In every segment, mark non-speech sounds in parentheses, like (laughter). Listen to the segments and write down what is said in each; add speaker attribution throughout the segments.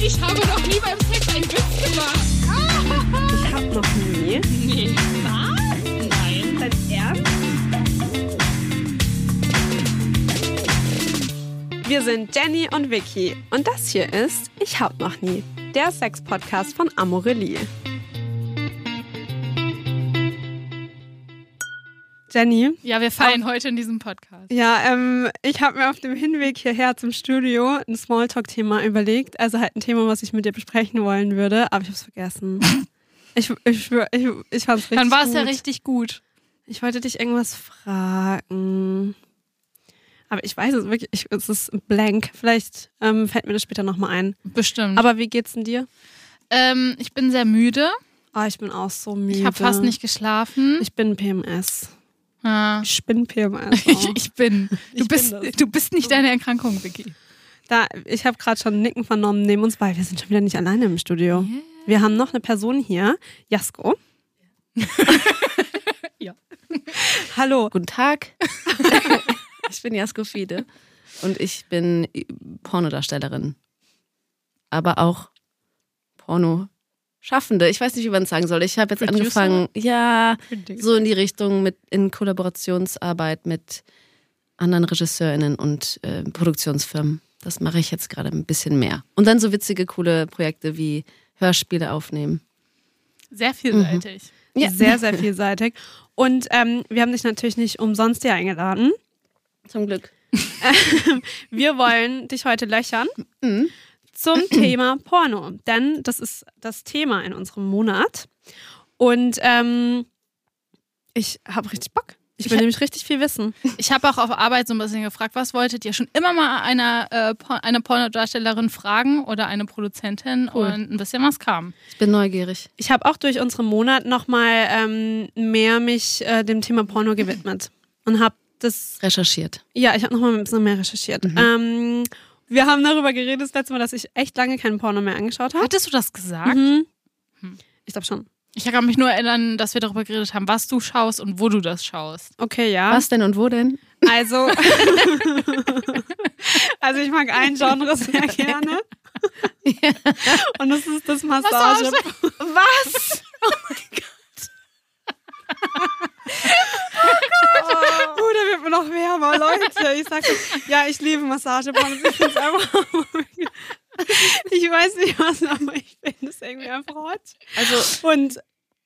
Speaker 1: Ich habe noch nie beim Sex einen Witz gemacht.
Speaker 2: Ich hab noch nie.
Speaker 1: Nee. Was? Nein.
Speaker 2: Dein Ernst? Wir sind Jenny und Vicky und das hier ist Ich hab noch nie, der Sex-Podcast von Amorelie. Jenny,
Speaker 1: Ja, wir fallen heute in diesem Podcast.
Speaker 2: Ja, ähm, ich habe mir auf dem Hinweg hierher zum Studio ein Smalltalk-Thema überlegt. Also halt ein Thema, was ich mit dir besprechen wollen würde, aber ich habe es vergessen.
Speaker 1: (laughs)
Speaker 2: ich ich, schwör, ich, ich fand es richtig
Speaker 1: Dann war es ja
Speaker 2: gut.
Speaker 1: richtig gut.
Speaker 2: Ich wollte dich irgendwas fragen. Aber ich weiß es wirklich, ich, es ist blank. Vielleicht ähm, fällt mir das später nochmal ein.
Speaker 1: Bestimmt.
Speaker 2: Aber wie geht's denn dir?
Speaker 1: ähm, ich bin sehr müde.
Speaker 2: Ah, ich bin auch so müde.
Speaker 1: Ich habe fast nicht Hm? geschlafen.
Speaker 2: Ich bin PMS.
Speaker 1: ja.
Speaker 2: Ich bin PMS. Auch.
Speaker 1: (laughs) ich, ich bin. Du,
Speaker 2: Ich
Speaker 1: bist,
Speaker 2: bin das.
Speaker 1: du bist nicht deine Erkrankung, Vicky.
Speaker 2: (laughs) Da, ich habe gerade schon Nicken vernommen neben uns, weil wir sind schon wieder nicht alleine im Studio. Wir haben noch eine Person hier, Jasko.
Speaker 1: (laughs) Ja.
Speaker 2: Hallo.
Speaker 3: Guten Tag. (laughs) ich bin Jasko Fiede und ich bin Pornodarstellerin. Aber auch Pornoschaffende. Ich weiß nicht, wie man es sagen soll. Ich habe jetzt
Speaker 1: Producer?
Speaker 3: angefangen, ja,
Speaker 2: So.
Speaker 3: so in die Richtung mit in Kollaborationsarbeit mit anderen RegisseurInnen und äh, Produktionsfirmen. Das mache ich jetzt gerade ein bisschen mehr. Und dann so witzige, coole Projekte wie Hörspiele aufnehmen.
Speaker 1: Sehr vielseitig.
Speaker 3: Ja.
Speaker 2: Sehr, sehr vielseitig. Und ähm, wir haben dich natürlich nicht umsonst hier eingeladen.
Speaker 3: Zum Glück.
Speaker 2: Wir wollen dich heute löchern zum (clears throat) Thema Porno. Denn das ist das Thema in unserem Monat. Und ähm, ich habe richtig Bock. Ich will nämlich richtig viel wissen.
Speaker 1: Ich habe auch auf Arbeit so ein bisschen gefragt, was wolltet ihr schon immer mal einer, äh, Por- eine Pornodarstellerin fragen oder eine Produzentin
Speaker 2: Cool.
Speaker 1: und ein bisschen was kam.
Speaker 3: Ich bin neugierig.
Speaker 2: Ich habe auch durch unseren Monat nochmal ähm, mehr mich äh, dem Thema Porno gewidmet und habe das,
Speaker 3: Recherchiert.
Speaker 2: ja, ich habe nochmal ein bisschen mehr recherchiert. Ähm, wir haben darüber geredet das letzte Mal, dass ich echt lange keinen Porno mehr angeschaut habe.
Speaker 1: Hattest du das gesagt?
Speaker 2: Mhm. Ich glaube schon.
Speaker 1: Ich kann mich nur erinnern, dass wir darüber geredet haben, was du schaust und wo du das schaust.
Speaker 2: Okay, ja.
Speaker 3: Was denn und wo denn?
Speaker 2: Also, (laughs) also ich mag ein Genre sehr gerne. Und das ist das Massage.
Speaker 1: Massage.
Speaker 2: Was? Oh mein Gott. Oh, da wird mir noch wärmer, Leute. Ich sag, euch, ja, ich liebe Massagepornos. Ich find's einfach. (laughs) Ich weiß nicht was, aber ich finde es irgendwie einfach hot.
Speaker 3: Also,
Speaker 2: Und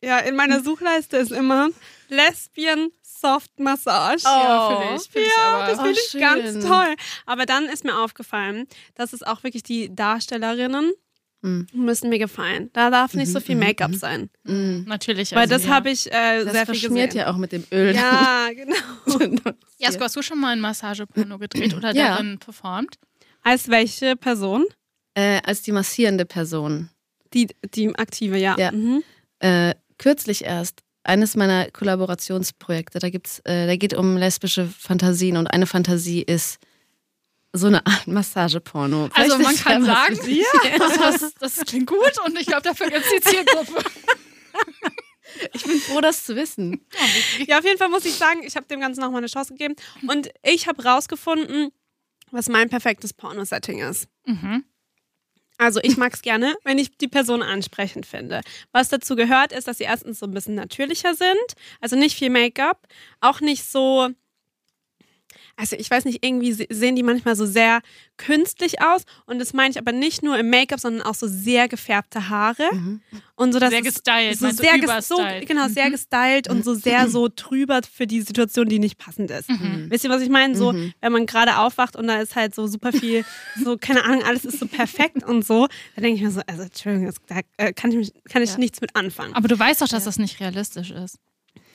Speaker 2: ja, in meiner Suchleiste ist immer Lesbian Soft
Speaker 1: Oh.
Speaker 2: Massage.
Speaker 1: (laughs) Ja, finde ich, finde ich
Speaker 2: Oh. Ja,
Speaker 1: aber-
Speaker 2: das finde
Speaker 3: Oh,
Speaker 2: ich
Speaker 3: schön.
Speaker 2: ganz toll. Aber dann ist mir aufgefallen, dass es auch wirklich die Darstellerinnen
Speaker 3: Mhm.
Speaker 2: müssen mir gefallen. Da darf nicht so viel Make-up sein.
Speaker 3: mh.
Speaker 1: Mhm. Natürlich. also
Speaker 2: Weil das
Speaker 1: ja.
Speaker 2: habe ich äh,
Speaker 3: Das
Speaker 2: sehr viel
Speaker 3: verschmiert
Speaker 2: gesehen.
Speaker 3: ja auch mit dem Öl.
Speaker 2: Ja, (laughs) genau.
Speaker 1: Jasko, hast du schon mal ein Massageporno gedreht oder
Speaker 3: Ja.
Speaker 1: darin
Speaker 2: (laughs)
Speaker 1: performt?
Speaker 2: Als welche Person?
Speaker 3: (laughs) äh, als die massierende Person.
Speaker 2: Die, die aktive, ja.
Speaker 3: Ja.
Speaker 2: Mhm.
Speaker 3: Äh, kürzlich erst eines meiner Kollaborationsprojekte. Da gibt's, äh, da geht um lesbische Fantasien und eine Fantasie ist so eine Art Massageporno.
Speaker 1: Also
Speaker 3: Vielleicht
Speaker 1: man
Speaker 3: ist
Speaker 1: kann
Speaker 3: ja was
Speaker 1: sagen,
Speaker 3: für
Speaker 2: (laughs)
Speaker 3: dich.
Speaker 1: ja. das, das klingt gut und ich glaube, dafür gibt es die
Speaker 2: (laughs)
Speaker 1: Zielgruppe.
Speaker 3: ich bin froh, das zu wissen.
Speaker 2: (laughs) Ja, auf jeden Fall muss ich sagen, ich habe dem Ganzen nochmal eine Chance gegeben. Und ich habe rausgefunden, was mein perfektes Pornosetting ist.
Speaker 1: Mhm.
Speaker 2: Also ich mag es (laughs) gerne, wenn ich die Person ansprechend finde. Was dazu gehört, ist, dass sie erstens so ein bisschen natürlicher sind, also nicht viel Make-up, auch nicht so. Also ich weiß nicht, irgendwie se- sehen die manchmal so sehr künstlich aus und das meine ich aber nicht nur im Make-up, sondern auch so sehr gefärbte Haare und so dass
Speaker 1: Mhm. Sehr
Speaker 2: es-
Speaker 1: gestylt,
Speaker 2: so
Speaker 1: meinst du,
Speaker 2: sehr ges- so,
Speaker 1: überstylt.
Speaker 2: genau sehr gestylt und so sehr (clears throat) so trüber für die Situation, die nicht passend ist. Mhm. Wisst ihr, was ich meine? So, wenn man gerade aufwacht und da ist halt so super viel, so, keine Ahnung, alles ist so perfekt und so, dann denke ich mir so, also Entschuldigung, das, da äh, kann ich, mich, kann ich nichts mit anfangen.
Speaker 1: Aber du weißt doch, dass das nicht realistisch ist.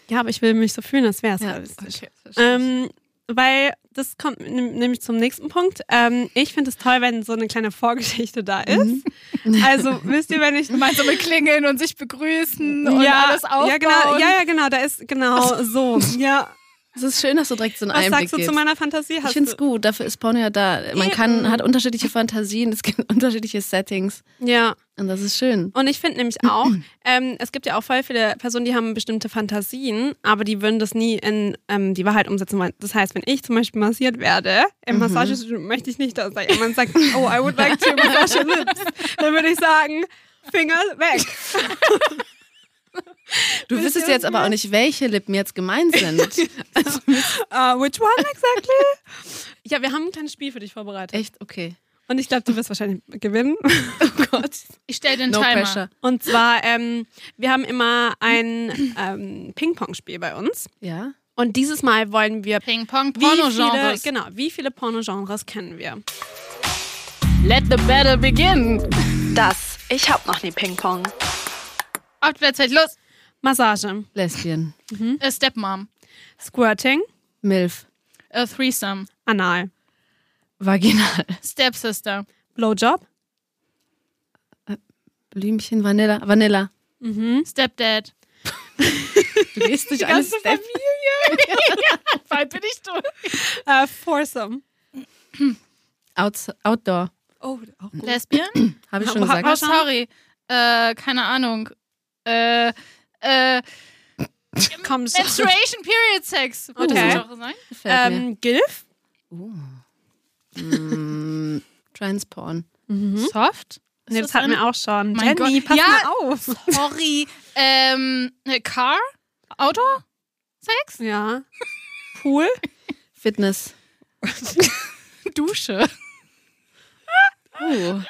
Speaker 2: ja, aber ich will mich so fühlen, als wäre es
Speaker 3: Ja,
Speaker 2: alles.
Speaker 3: okay.
Speaker 2: Ähm, weil das kommt n- nämlich zum nächsten Punkt. Ähm, ich finde es toll, wenn so eine kleine Vorgeschichte da ist. Also wisst ihr, wenn (laughs) ich
Speaker 1: Du meinst so mit Klingeln und sich begrüßen und alles aufbauen?
Speaker 2: ja, genau, ja, ja, genau, da ist genau so. Ja.
Speaker 3: Es ist schön, dass du direkt so einen
Speaker 2: Was
Speaker 3: Einblick
Speaker 2: sagst du
Speaker 3: gibst.
Speaker 2: zu meiner Fantasie?
Speaker 3: ich
Speaker 2: Hast
Speaker 3: finde es
Speaker 2: du-
Speaker 3: gut, dafür ist Porno ja da. Man kann, hat unterschiedliche Fantasien, es gibt (laughs) unterschiedliche Settings
Speaker 2: Ja.
Speaker 3: und das ist schön.
Speaker 2: Und ich finde nämlich auch, (clears throat) ähm, es gibt ja auch voll viele Personen, die haben bestimmte Fantasien, aber die würden das nie in ähm, die Wahrheit umsetzen wollen. Das heißt, wenn ich zum Beispiel massiert werde, im Massagestudio möchte ich nicht, dass da jemand sagt, oh, I would like to massage your lips. Dann würde ich sagen, Finger weg.
Speaker 3: Du
Speaker 2: Wisst ihr,
Speaker 3: wüsstest
Speaker 2: was
Speaker 3: jetzt
Speaker 2: ich
Speaker 3: aber auch
Speaker 2: meine?
Speaker 3: nicht, welche Lippen jetzt
Speaker 2: (laughs)
Speaker 3: gemeint sind.
Speaker 2: Uh, which one exactly? (laughs) ja, wir haben ein kleines Spiel für dich vorbereitet.
Speaker 3: Echt? Okay.
Speaker 2: Und ich glaube, du wirst wahrscheinlich gewinnen. (laughs)
Speaker 3: Oh Gott.
Speaker 1: Ich stell den
Speaker 3: No
Speaker 1: Timer.
Speaker 3: pressure.
Speaker 2: Und zwar, ähm, wir haben immer ein ähm, Ping-Pong-Spiel bei uns.
Speaker 3: Ja.
Speaker 2: Und dieses Mal wollen wir
Speaker 1: Ping-Pong,
Speaker 2: Wie viele,
Speaker 1: Porno-Genres.
Speaker 2: genau, wie viele Pornogenres kennen wir?
Speaker 1: Let the battle begin.
Speaker 4: Das Ich hab noch nie Ping-Pong.
Speaker 1: Auf der Zeit los.
Speaker 2: Massage,
Speaker 3: Lesbien.
Speaker 2: Hm?
Speaker 1: Äh, Stepmom.
Speaker 2: Squirting,
Speaker 3: Milf.
Speaker 1: Äh, Threesome.
Speaker 2: Anal,
Speaker 3: Vaginal.
Speaker 2: Hm?
Speaker 1: Stepsister.
Speaker 2: Blowjob,
Speaker 3: Blümchen, Vanilla. Vanilla.
Speaker 2: Hm?
Speaker 1: Stepdad.
Speaker 3: Du gehst durch alles. Step.
Speaker 1: Bald bin ich tot.
Speaker 2: äh, Foursome.
Speaker 3: Outs Outdoor.
Speaker 2: Oh, auch gut.
Speaker 1: Lesbian?
Speaker 3: Habe ich schon
Speaker 2: Aber-
Speaker 1: Oh,
Speaker 3: (laughs) gesagt.
Speaker 2: Wahrscheinlich.
Speaker 1: sorry. Äh, keine Ahnung. Äh, äh,
Speaker 2: Komm schon.
Speaker 1: Menstruation Period Sex. Würde
Speaker 2: Okay.
Speaker 1: das ein Genre sein?
Speaker 3: Gefällt mir.
Speaker 2: Ähm, Gilf,
Speaker 3: Mm, Transporn.
Speaker 1: Soft?
Speaker 2: Mhm. nee, das hatten wir auch schon.
Speaker 1: Mein
Speaker 2: Jenny,
Speaker 1: Gott.
Speaker 2: pass
Speaker 1: Ja.
Speaker 2: mal auf. (laughs)
Speaker 1: Sorry. ähm, äh, Car? Auto? Sex?
Speaker 2: Ja. Pool,
Speaker 3: Fitness.
Speaker 1: Dusche.
Speaker 3: Oh.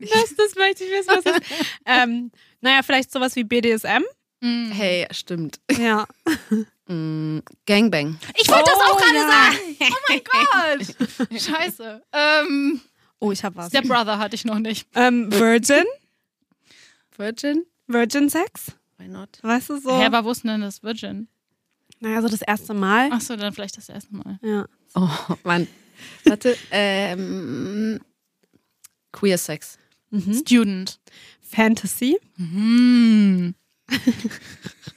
Speaker 2: das, das möchte ich wissen, was das ist. Ähm, naja, vielleicht sowas wie BDSM.
Speaker 1: Mm.
Speaker 3: Hey, stimmt.
Speaker 2: Ja. Oh,
Speaker 3: Mm, Gangbang.
Speaker 1: Ich wollte das auch gerade
Speaker 2: ja.
Speaker 1: sagen. Oh mein Gott. Scheiße. Ähm,
Speaker 2: Oh, ich hab was.
Speaker 1: Step Brother hatte ich noch nicht.
Speaker 2: Ähm, Virgin,
Speaker 3: Virgin.
Speaker 2: Virgin Sex,
Speaker 3: Why not?
Speaker 2: weißt du so?
Speaker 1: Hä, aber wo ist denn das Virgin?
Speaker 2: naja, so das erste Mal.
Speaker 1: Achso, dann vielleicht das erste Mal.
Speaker 2: Ja.
Speaker 3: Oh, Mann. Warte. Ähm, Queer Sex.
Speaker 2: Mhm.
Speaker 1: Student.
Speaker 2: Fantasy. Mhm.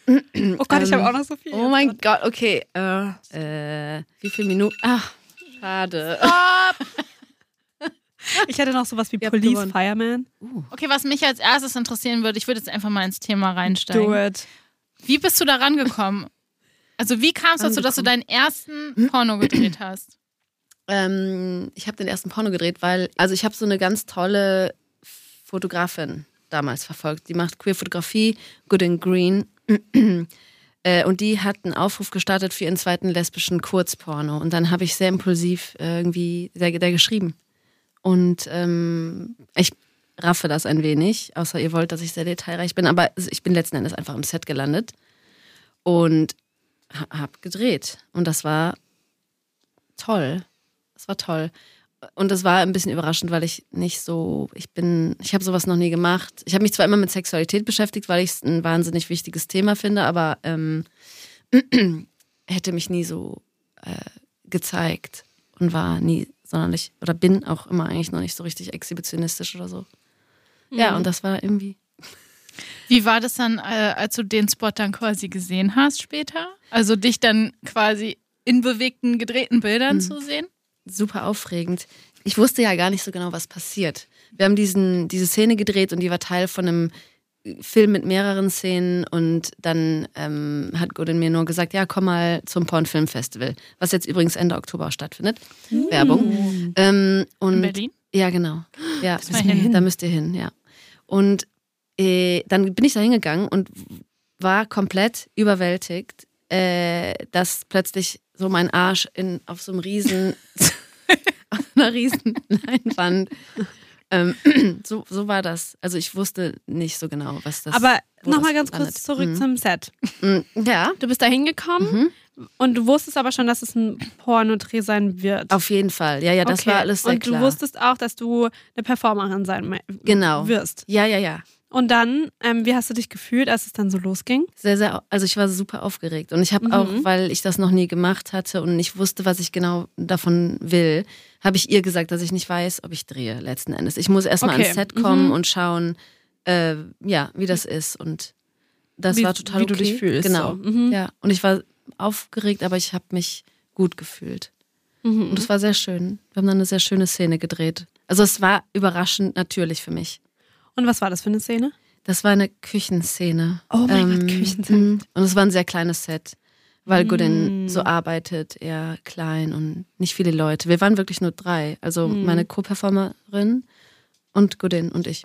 Speaker 1: Mm.
Speaker 2: Oh Gott, ich
Speaker 3: Ähm,
Speaker 2: habe auch noch so viel.
Speaker 3: Oh mein Gott, okay. Äh, äh, wie viel Minuten? Ach, schade.
Speaker 2: Ich hätte noch sowas wie
Speaker 3: Ihr habt
Speaker 2: Police,
Speaker 3: gewonnen.
Speaker 2: Fireman.
Speaker 1: Okay, was mich als erstes interessieren würde, ich würde jetzt einfach mal ins Thema reinsteigen.
Speaker 2: Do it.
Speaker 1: Wie bist du da rangekommen? Also wie kam es dazu, dass du deinen ersten Porno gedreht hast?
Speaker 3: Ähm, ich habe den ersten Porno gedreht, weil, also ich habe so eine ganz tolle Fotografin damals verfolgt. Die macht Queer-Fotografie, Good and Green. (clears throat) Äh, Und die hat einen Aufruf gestartet für ihren zweiten lesbischen Kurzporno. Und dann habe ich sehr impulsiv äh, irgendwie der, der geschrieben. Und ähm, ich raffe das ein wenig, außer ihr wollt, dass ich sehr detailreich bin. Aber ich bin letzten Endes einfach im Set gelandet und ha- hab gedreht. Und das war toll. Das war toll. Und das war ein bisschen überraschend, weil ich nicht so, ich bin, ich habe sowas noch nie gemacht. Ich habe mich zwar immer mit Sexualität beschäftigt, weil ich es ein wahnsinnig wichtiges Thema finde, aber ähm, (clears throat) hätte mich nie so äh, gezeigt und war nie sonderlich oder bin auch immer eigentlich noch nicht so richtig exhibitionistisch oder so. Ja, und das war irgendwie
Speaker 1: Wie war das dann, äh, als du den Spot dann quasi gesehen hast später? Also dich dann quasi in bewegten, gedrehten Bildern
Speaker 3: Hm.
Speaker 1: zu sehen?
Speaker 3: super aufregend. Ich wusste ja gar nicht so genau, was passiert. Wir haben diesen, diese Szene gedreht und die war Teil von einem Film mit mehreren Szenen und dann ähm, hat Godin mir nur gesagt, ja, komm mal zum Porn Film Festival, was jetzt übrigens Ende Oktober stattfindet. Werbung. Ähm, und
Speaker 1: Hm. In Berlin?
Speaker 3: ja, genau. Ja,
Speaker 1: Müssen wir hin.
Speaker 3: da müsst ihr hin, ja. Und äh, dann bin ich da hingegangen und war komplett überwältigt, äh, dass plötzlich so mein Arsch in, auf so
Speaker 2: (laughs)
Speaker 3: einem riesen, auf einer riesen Leinwand. Ähm, (clears throat) so, so war das. Also ich wusste nicht so genau, was das Mhm.
Speaker 2: Aber
Speaker 3: wo
Speaker 2: nochmal ganz
Speaker 3: das
Speaker 2: kurz zurück
Speaker 3: landet.
Speaker 2: zum Set.
Speaker 3: Mm, Ja,
Speaker 2: Du bist da hingekommen
Speaker 3: Mhm.
Speaker 2: und du wusstest aber schon, dass es ein Pornodreh sein wird.
Speaker 3: auf jeden Fall. Ja, ja, das
Speaker 2: Okay.
Speaker 3: war alles sehr
Speaker 2: Und du
Speaker 3: klar.
Speaker 2: wusstest auch, dass du eine Performerin sein me-
Speaker 3: genau.
Speaker 2: wirst.
Speaker 3: Ja, ja, ja.
Speaker 2: Und dann, ähm, wie hast du dich gefühlt, als es dann so losging?
Speaker 3: sehr, sehr, also ich war super aufgeregt. Und ich habe auch,
Speaker 2: Mhm.
Speaker 3: weil ich das noch nie gemacht hatte und nicht wusste, was ich genau davon will, habe ich ihr gesagt, dass ich nicht weiß, ob ich drehe letzten Endes. Ich muss erstmal
Speaker 2: Okay. Mhm.
Speaker 3: ans Set kommen und schauen, äh, ja, wie das ist. Und das
Speaker 2: Wie-
Speaker 3: war total
Speaker 2: wie
Speaker 3: okay.
Speaker 2: du dich fühlst,
Speaker 3: Genau.
Speaker 2: so. Mhm.
Speaker 3: Ja. Und ich war aufgeregt, aber ich habe mich gut gefühlt.
Speaker 2: Mhm.
Speaker 3: Und es war sehr schön. Wir haben dann eine sehr schöne Szene gedreht. Also es war überraschend natürlich für mich.
Speaker 2: Und was war das für eine Szene?
Speaker 3: Das war eine Küchenszene.
Speaker 2: Oh mein Gott, Küchenszene. Mm.
Speaker 3: mm. Und es war ein sehr kleines Set, weil Gooden so arbeitet, eher klein und nicht viele Leute. Wir waren wirklich nur drei. Also
Speaker 2: Mm.
Speaker 3: meine Co-Performerin und Gooden und ich.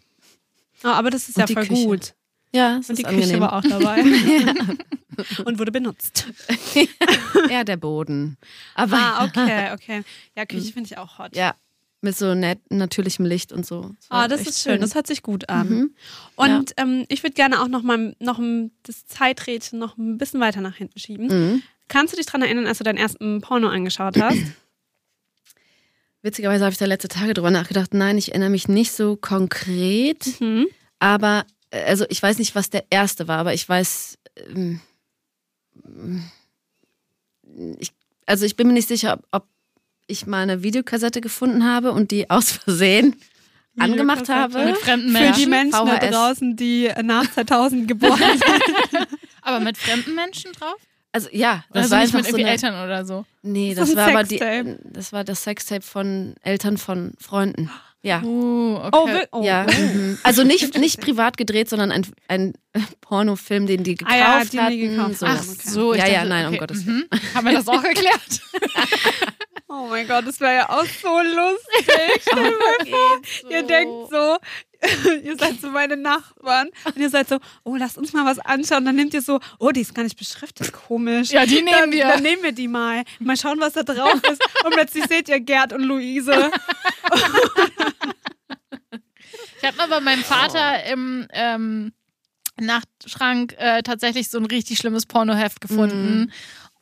Speaker 2: Oh, aber das ist
Speaker 3: Und
Speaker 2: ja
Speaker 3: die
Speaker 2: voll
Speaker 3: Küche.
Speaker 2: gut.
Speaker 3: Ja, es
Speaker 2: Und
Speaker 3: ist
Speaker 2: die
Speaker 3: angenehm.
Speaker 2: Küche war auch
Speaker 3: (laughs)
Speaker 2: dabei. (laughs) Und wurde benutzt.
Speaker 3: eher der Boden. Aber
Speaker 2: Ah, okay, okay. Ja,
Speaker 3: Mhm.
Speaker 2: Küche finde ich auch hot.
Speaker 3: ja, mit so net, natürlichem Licht und so. Es war
Speaker 2: Ah, das
Speaker 3: echt
Speaker 2: ist schön. Das hört sich gut an.
Speaker 3: Mhm.
Speaker 2: Und ähm, ich würde gerne auch noch mal noch ein- das Zeiträdchen noch ein bisschen weiter nach hinten schieben.
Speaker 3: Mhm.
Speaker 2: Kannst du dich daran erinnern, als du deinen ersten Porno angeschaut hast?
Speaker 3: Witzigerweise habe ich da letzte Tage drüber nachgedacht. Nein, ich erinnere mich nicht so konkret.
Speaker 2: Mhm.
Speaker 3: Aber, äh, also ich weiß nicht, was der erste war, aber ich weiß. Ähm, ich, also ich bin mir nicht sicher, ob, ob ich mal eine Videokassette gefunden habe und die aus Versehen angemacht habe.
Speaker 1: Mit fremden
Speaker 2: Für
Speaker 1: Menschen.
Speaker 2: die Menschen da
Speaker 3: VHS.
Speaker 2: draußen, die äh, nach 2000 geboren sind.
Speaker 1: Aber mit fremden Menschen drauf?
Speaker 3: Also ja, das
Speaker 1: also
Speaker 3: war
Speaker 1: nicht
Speaker 3: einfach
Speaker 1: mit
Speaker 3: so
Speaker 1: irgendwie
Speaker 3: eine,
Speaker 1: Eltern oder (laughs) so.
Speaker 3: Nee,
Speaker 2: Das
Speaker 3: das
Speaker 2: ist
Speaker 3: war
Speaker 2: ein
Speaker 3: aber die,
Speaker 2: Sextape.
Speaker 3: das war das Sextape von Eltern von Freunden. Ja.
Speaker 1: Uh, okay.
Speaker 2: Oh, wirklich? oh.
Speaker 3: Ja, mhm. also nicht, nicht privat gedreht, sondern ein, ein (laughs) Pornofilm, den die gekauft
Speaker 2: Ah ja, den die
Speaker 3: hatten.
Speaker 2: gekauft
Speaker 3: so.
Speaker 2: haben.
Speaker 1: Ach so, ich
Speaker 3: ja, ja,
Speaker 1: dachte,
Speaker 3: nein, um
Speaker 1: okay,
Speaker 3: Gottes Willen.
Speaker 1: mhm. Haben wir das
Speaker 3: (laughs)
Speaker 1: auch erklärt?
Speaker 2: Oh mein Gott, das wäre ja auch so (laughs) lustig. Stell dir mal vor, Ihr denkt so, ihr seid so (laughs) meine Nachbarn und ihr seid so, oh, lasst uns mal was anschauen. Dann nehmt ihr so, oh, die ist gar nicht beschriftet, komisch.
Speaker 1: Ja, die nehmen
Speaker 2: dann,
Speaker 1: wir.
Speaker 2: Dann nehmen wir die mal. Mal schauen, was da drauf ist. Und plötzlich seht ihr Gerd und Luise.
Speaker 1: Ich habe mal bei
Speaker 2: Oh.
Speaker 1: meinem Vater im ähm, Nachtschrank äh, tatsächlich so ein richtig schlimmes Pornoheft gefunden.
Speaker 2: Mhm.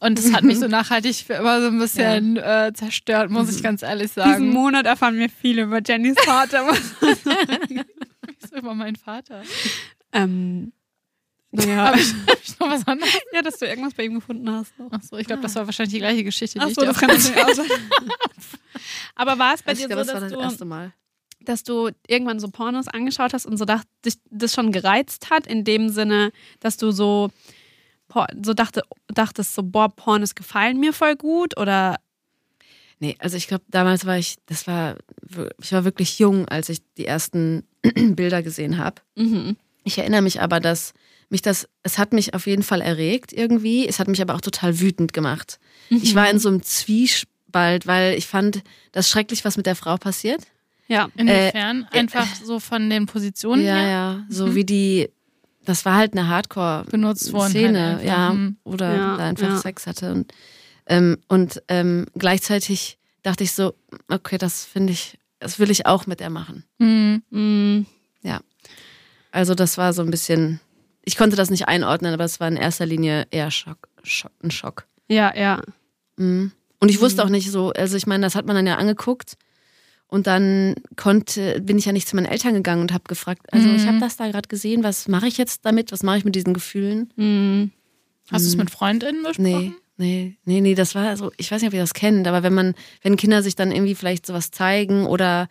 Speaker 1: Und das hat mich
Speaker 2: (laughs)
Speaker 1: so nachhaltig für immer so ein bisschen äh, zerstört, muss ich ganz ehrlich
Speaker 2: Mhm. Diesen
Speaker 1: sagen.
Speaker 2: Monat erfahren wir viel über Jennys Vater.
Speaker 1: Das ist immer mein Vater.
Speaker 2: (laughs) ähm, naja.
Speaker 1: Hab ich, (laughs) hab ich noch was anderes?
Speaker 2: Ja, dass du irgendwas bei ihm gefunden hast. Noch.
Speaker 1: Achso, ich glaube, das war wahrscheinlich die gleiche Geschichte. Die
Speaker 2: Ah. Ach
Speaker 1: ich
Speaker 2: so,
Speaker 1: dir
Speaker 2: das
Speaker 1: auch-
Speaker 2: kann natürlich auch sein. (laughs) Aber war es bei
Speaker 3: Also ich
Speaker 2: dir
Speaker 3: glaube,
Speaker 2: so,
Speaker 3: das war
Speaker 2: dass
Speaker 3: das
Speaker 2: du
Speaker 3: erste Mal.
Speaker 2: dass du irgendwann so Pornos angeschaut hast und so dacht, dich das schon gereizt hat, in dem Sinne, dass du so, por- so dachte, dachtest, so, boah, Pornos gefallen mir voll gut oder
Speaker 3: Nee, also ich glaube, damals war ich, das war, ich war wirklich jung, als ich die ersten (clears throat) Bilder gesehen habe.
Speaker 2: mhm.
Speaker 3: Ich erinnere mich aber, dass mich das, es hat mich auf jeden Fall erregt irgendwie. Es hat mich aber auch total wütend gemacht.
Speaker 2: Mhm.
Speaker 3: Ich war in so einem Zwiespalt, weil ich fand das schrecklich, was mit der Frau passiert.
Speaker 2: ja.
Speaker 1: Inwiefern?
Speaker 2: äh,
Speaker 1: Einfach so von den Positionen
Speaker 3: ja,
Speaker 1: her
Speaker 3: ja. So
Speaker 2: Mhm.
Speaker 3: wie die, das war halt eine Hardcore
Speaker 1: benutzt worden.
Speaker 3: Szene,
Speaker 1: halt einfach.
Speaker 3: ja,
Speaker 1: Hm.
Speaker 3: oder
Speaker 2: Ja,
Speaker 3: da einfach
Speaker 2: ja.
Speaker 3: Sex hatte. Und, ähm, und ähm, gleichzeitig dachte ich so, okay, das finde ich, das will ich auch mit ihr machen.
Speaker 1: Hm.
Speaker 2: Mhm.
Speaker 3: Also das war so ein bisschen, ich konnte das nicht einordnen, aber es war in erster Linie eher Schock, Schock, ein Schock.
Speaker 2: ja, ja.
Speaker 3: Mhm. Und ich wusste auch nicht so, also ich meine, das hat man dann ja angeguckt. Und dann konnte, bin ich ja nicht zu meinen Eltern gegangen und habe gefragt, also ich
Speaker 1: Mhm.
Speaker 3: habe das da gerade gesehen, was mache ich jetzt damit, was mache ich mit diesen Gefühlen?
Speaker 2: Mhm.
Speaker 1: Hast du es mit FreundInnen besprochen?
Speaker 3: Nee, nee, nee, nee, das war so, ich weiß nicht, ob ihr das kennt, aber wenn man, wenn Kinder sich dann irgendwie vielleicht sowas zeigen oder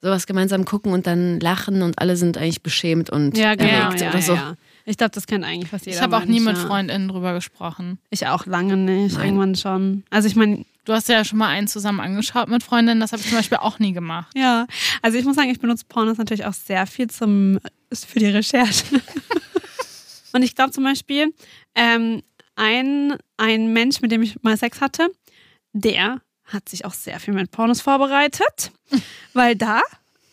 Speaker 3: sowas gemeinsam gucken und dann lachen und alle sind eigentlich beschämt und
Speaker 2: Ja, genau.
Speaker 3: erregt
Speaker 2: Ja,
Speaker 3: oder so.
Speaker 2: ja, ja. Ich glaube, das kennt eigentlich fast jeder.
Speaker 1: Ich habe auch
Speaker 2: Mensch,
Speaker 1: nie mit
Speaker 2: ja.
Speaker 1: FreundInnen drüber gesprochen.
Speaker 2: Ich auch lange nicht.
Speaker 3: Nein.
Speaker 2: Irgendwann schon. Also ich meine,
Speaker 1: Du hast ja schon mal einen zusammen angeschaut mit Freundinnen, das habe ich zum Beispiel auch nie gemacht.
Speaker 2: ja. Also ich muss sagen, ich benutze Pornos natürlich auch sehr viel zum, für
Speaker 1: (laughs)
Speaker 2: die Recherche. Und ich glaube zum Beispiel, ähm, ein, ein Mensch, mit dem ich mal Sex hatte, der hat sich auch sehr viel mit
Speaker 1: (laughs)
Speaker 2: Pornos vorbereitet, weil da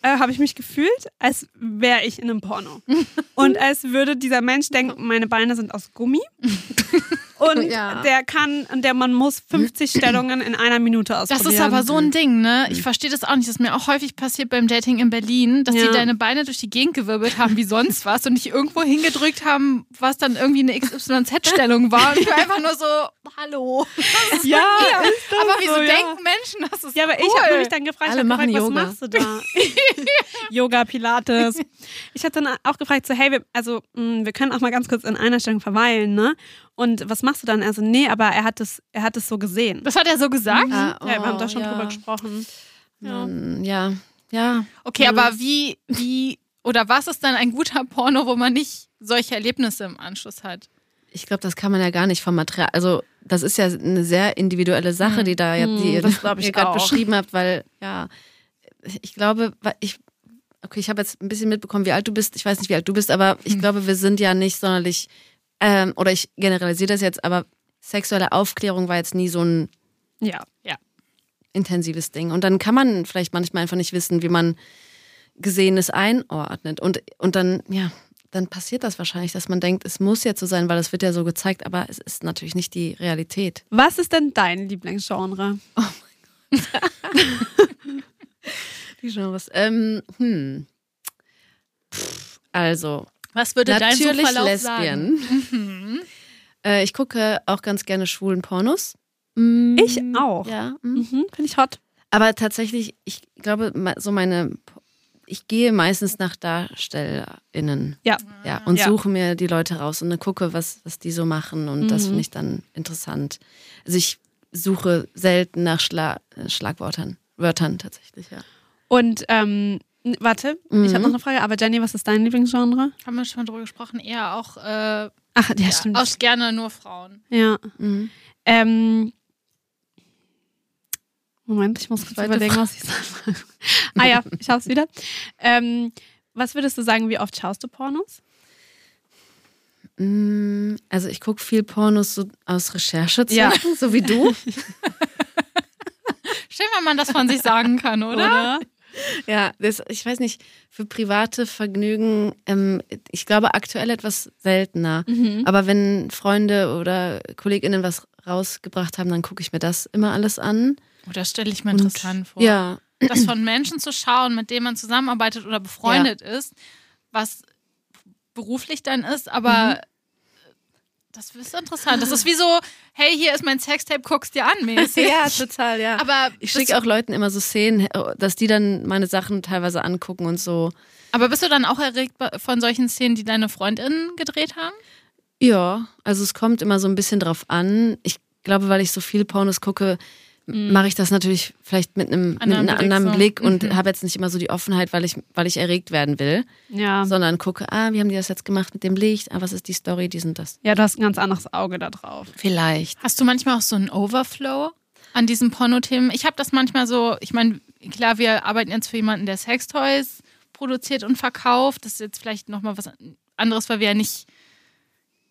Speaker 2: äh, habe ich mich gefühlt, als wäre ich in einem Porno.
Speaker 1: (laughs)
Speaker 2: Und als würde dieser Mensch denken, meine Beine sind aus Gummi.
Speaker 1: (laughs)
Speaker 2: Und
Speaker 3: Ja.
Speaker 2: der kann, und der man muss 50
Speaker 1: (clears throat)
Speaker 2: Stellungen in einer Minute ausprobieren.
Speaker 1: Das ist aber so ein Ding, ne?
Speaker 2: Mhm.
Speaker 1: Ich verstehe das auch nicht. Das ist mir auch häufig passiert beim Dating in Berlin, dass
Speaker 2: Ja.
Speaker 1: die deine Beine durch die Gegend gewirbelt haben wie
Speaker 2: (laughs)
Speaker 1: sonst was und dich irgendwo hingedrückt haben, was dann irgendwie eine XYZ-Stellung war. Und
Speaker 2: (laughs)
Speaker 1: ich war einfach nur so, hallo.
Speaker 2: Ja, ist das
Speaker 1: Aber wieso
Speaker 2: so, ja.
Speaker 1: denken Menschen, dass es
Speaker 2: Ja, aber ich
Speaker 1: cool.
Speaker 2: habe mich dann gefragt, ich
Speaker 3: Alle
Speaker 2: hab
Speaker 3: machen
Speaker 2: gefragt
Speaker 3: Yoga.
Speaker 2: was machst du da? (laughs) Yoga, Pilates. Ich habe dann auch gefragt, so, hey, wir, also mh, wir können auch mal ganz kurz in einer Stellung verweilen, ne? Und was machst du dann? Also, nee, aber er hat es, er hat es so gesehen.
Speaker 1: Das hat er so gesagt?
Speaker 3: Ah,
Speaker 2: Oh, ja, wir haben da schon
Speaker 3: ja.
Speaker 2: drüber gesprochen. Ja.
Speaker 3: Mann, ja, ja.
Speaker 1: Okay,
Speaker 2: Mhm.
Speaker 1: aber wie, wie, oder was ist dann ein guter Porno, wo man nicht solche Erlebnisse im Anschluss hat?
Speaker 3: Ich glaube, das kann man ja gar nicht vom Material. Also, das ist ja eine sehr individuelle Sache, die da ja, die
Speaker 2: Mhm. das glaub ich
Speaker 3: (laughs) ihr gerade
Speaker 2: auch.
Speaker 3: beschrieben habt, weil ja, ich glaube, weil ich okay, ich habe jetzt ein bisschen mitbekommen, wie alt du bist. Ich weiß nicht, wie alt du bist, aber ich
Speaker 2: Hm.
Speaker 3: glaube, wir sind ja nicht sonderlich ähm, oder ich generalisiere das jetzt, aber sexuelle Aufklärung war jetzt nie so ein
Speaker 2: Ja.
Speaker 1: Ja.
Speaker 3: intensives Ding. Und dann kann man vielleicht manchmal einfach nicht wissen, wie man Gesehenes einordnet. Und, und dann, ja, dann passiert das wahrscheinlich, dass man denkt, es muss jetzt so sein, weil das wird ja so gezeigt, aber es ist natürlich nicht die Realität.
Speaker 2: Was ist denn dein Lieblingsgenre?
Speaker 3: Die Genres. Ähm, hm. Pff, also,
Speaker 1: Was würde dein
Speaker 3: natürlich
Speaker 1: Suchverlauf sagen? Mhm.
Speaker 3: Lesbien. Äh, ich gucke auch ganz gerne schwulen Pornos.
Speaker 2: Ich auch.
Speaker 3: Ja. mhm.
Speaker 2: Mhm, Finde ich hot.
Speaker 3: Aber tatsächlich, ich glaube, me- so meine, ich gehe meistens nach DarstellerInnen.
Speaker 2: Ja.
Speaker 3: Mhm. Ja, und
Speaker 2: Ja.
Speaker 3: suche mir die Leute raus und dann gucke, was, was die so machen. Und das finde ich dann interessant. Also ich suche selten nach Schla äh, Schlagwörtern. Wörtern tatsächlich, ja.
Speaker 2: Und ähm, n- warte, ich habe noch eine Frage, aber Jenny, was ist dein Lieblingsgenre?
Speaker 1: Haben wir schon mal drüber gesprochen? Eher auch, äh,
Speaker 2: Ach, ja,
Speaker 1: ja, auch gerne nur Frauen.
Speaker 2: Ja.
Speaker 3: Mhm.
Speaker 2: Ähm, Moment, ich muss kurz
Speaker 3: Zweite
Speaker 2: überlegen, was ich sage. (laughs) ah ja, ich hab's wieder. Ähm, was würdest du sagen, wie oft schaust du Pornos?
Speaker 3: Mm, Also ich gucke viel Pornos so aus Recherchezwecken, so wie du.
Speaker 1: Schön, wenn man das von sich sagen kann, oder?
Speaker 2: Ah.
Speaker 3: (laughs) Ja, das, ich weiß nicht, für private Vergnügen, ähm, ich glaube aktuell etwas seltener. Aber wenn Freunde oder KollegInnen was rausgebracht haben, dann gucke ich mir das immer alles an.
Speaker 1: Oh, das stelle ich mir
Speaker 3: Und-
Speaker 1: interessant vor.
Speaker 3: (laughs) Ja,
Speaker 1: Das von Menschen zu schauen, mit denen man zusammenarbeitet oder befreundet ist, was beruflich dann ist, aber
Speaker 3: Mhm.
Speaker 1: das ist interessant. Das ist wie so, hey, hier ist mein Sextape, guckst dir an, mäßig.
Speaker 3: (laughs) ja, total, ja.
Speaker 1: Aber
Speaker 3: ich schicke auch Leuten immer so Szenen, äh, dass die dann meine Sachen teilweise angucken und so.
Speaker 1: Aber bist du dann auch erregt bei- von solchen Szenen, die deine Freundinnen gedreht haben?
Speaker 3: Ja, also es kommt immer so ein bisschen drauf an. Ich glaube, weil ich so viele Pornos gucke, mache ich das natürlich vielleicht mit einem, mit
Speaker 1: Anderen
Speaker 3: einem
Speaker 1: Blick
Speaker 3: Mhm. anderen
Speaker 1: so.
Speaker 3: Blick Mhm. und habe jetzt nicht immer so die Offenheit, weil ich, weil ich erregt werden will,
Speaker 2: Ja.
Speaker 3: sondern gucke, ah, wie haben die das jetzt gemacht mit dem Licht? Ah, was ist die Story? Die sind das.
Speaker 2: Ja, du hast ein ganz anderes Auge da drauf.
Speaker 3: Vielleicht.
Speaker 1: Hast du manchmal auch so einen Overflow an diesen Pornothemen? Ich habe das manchmal so, ich meine, klar, wir arbeiten jetzt für jemanden, der Sextoys produziert und verkauft. Das ist jetzt vielleicht nochmal was anderes, weil wir ja nicht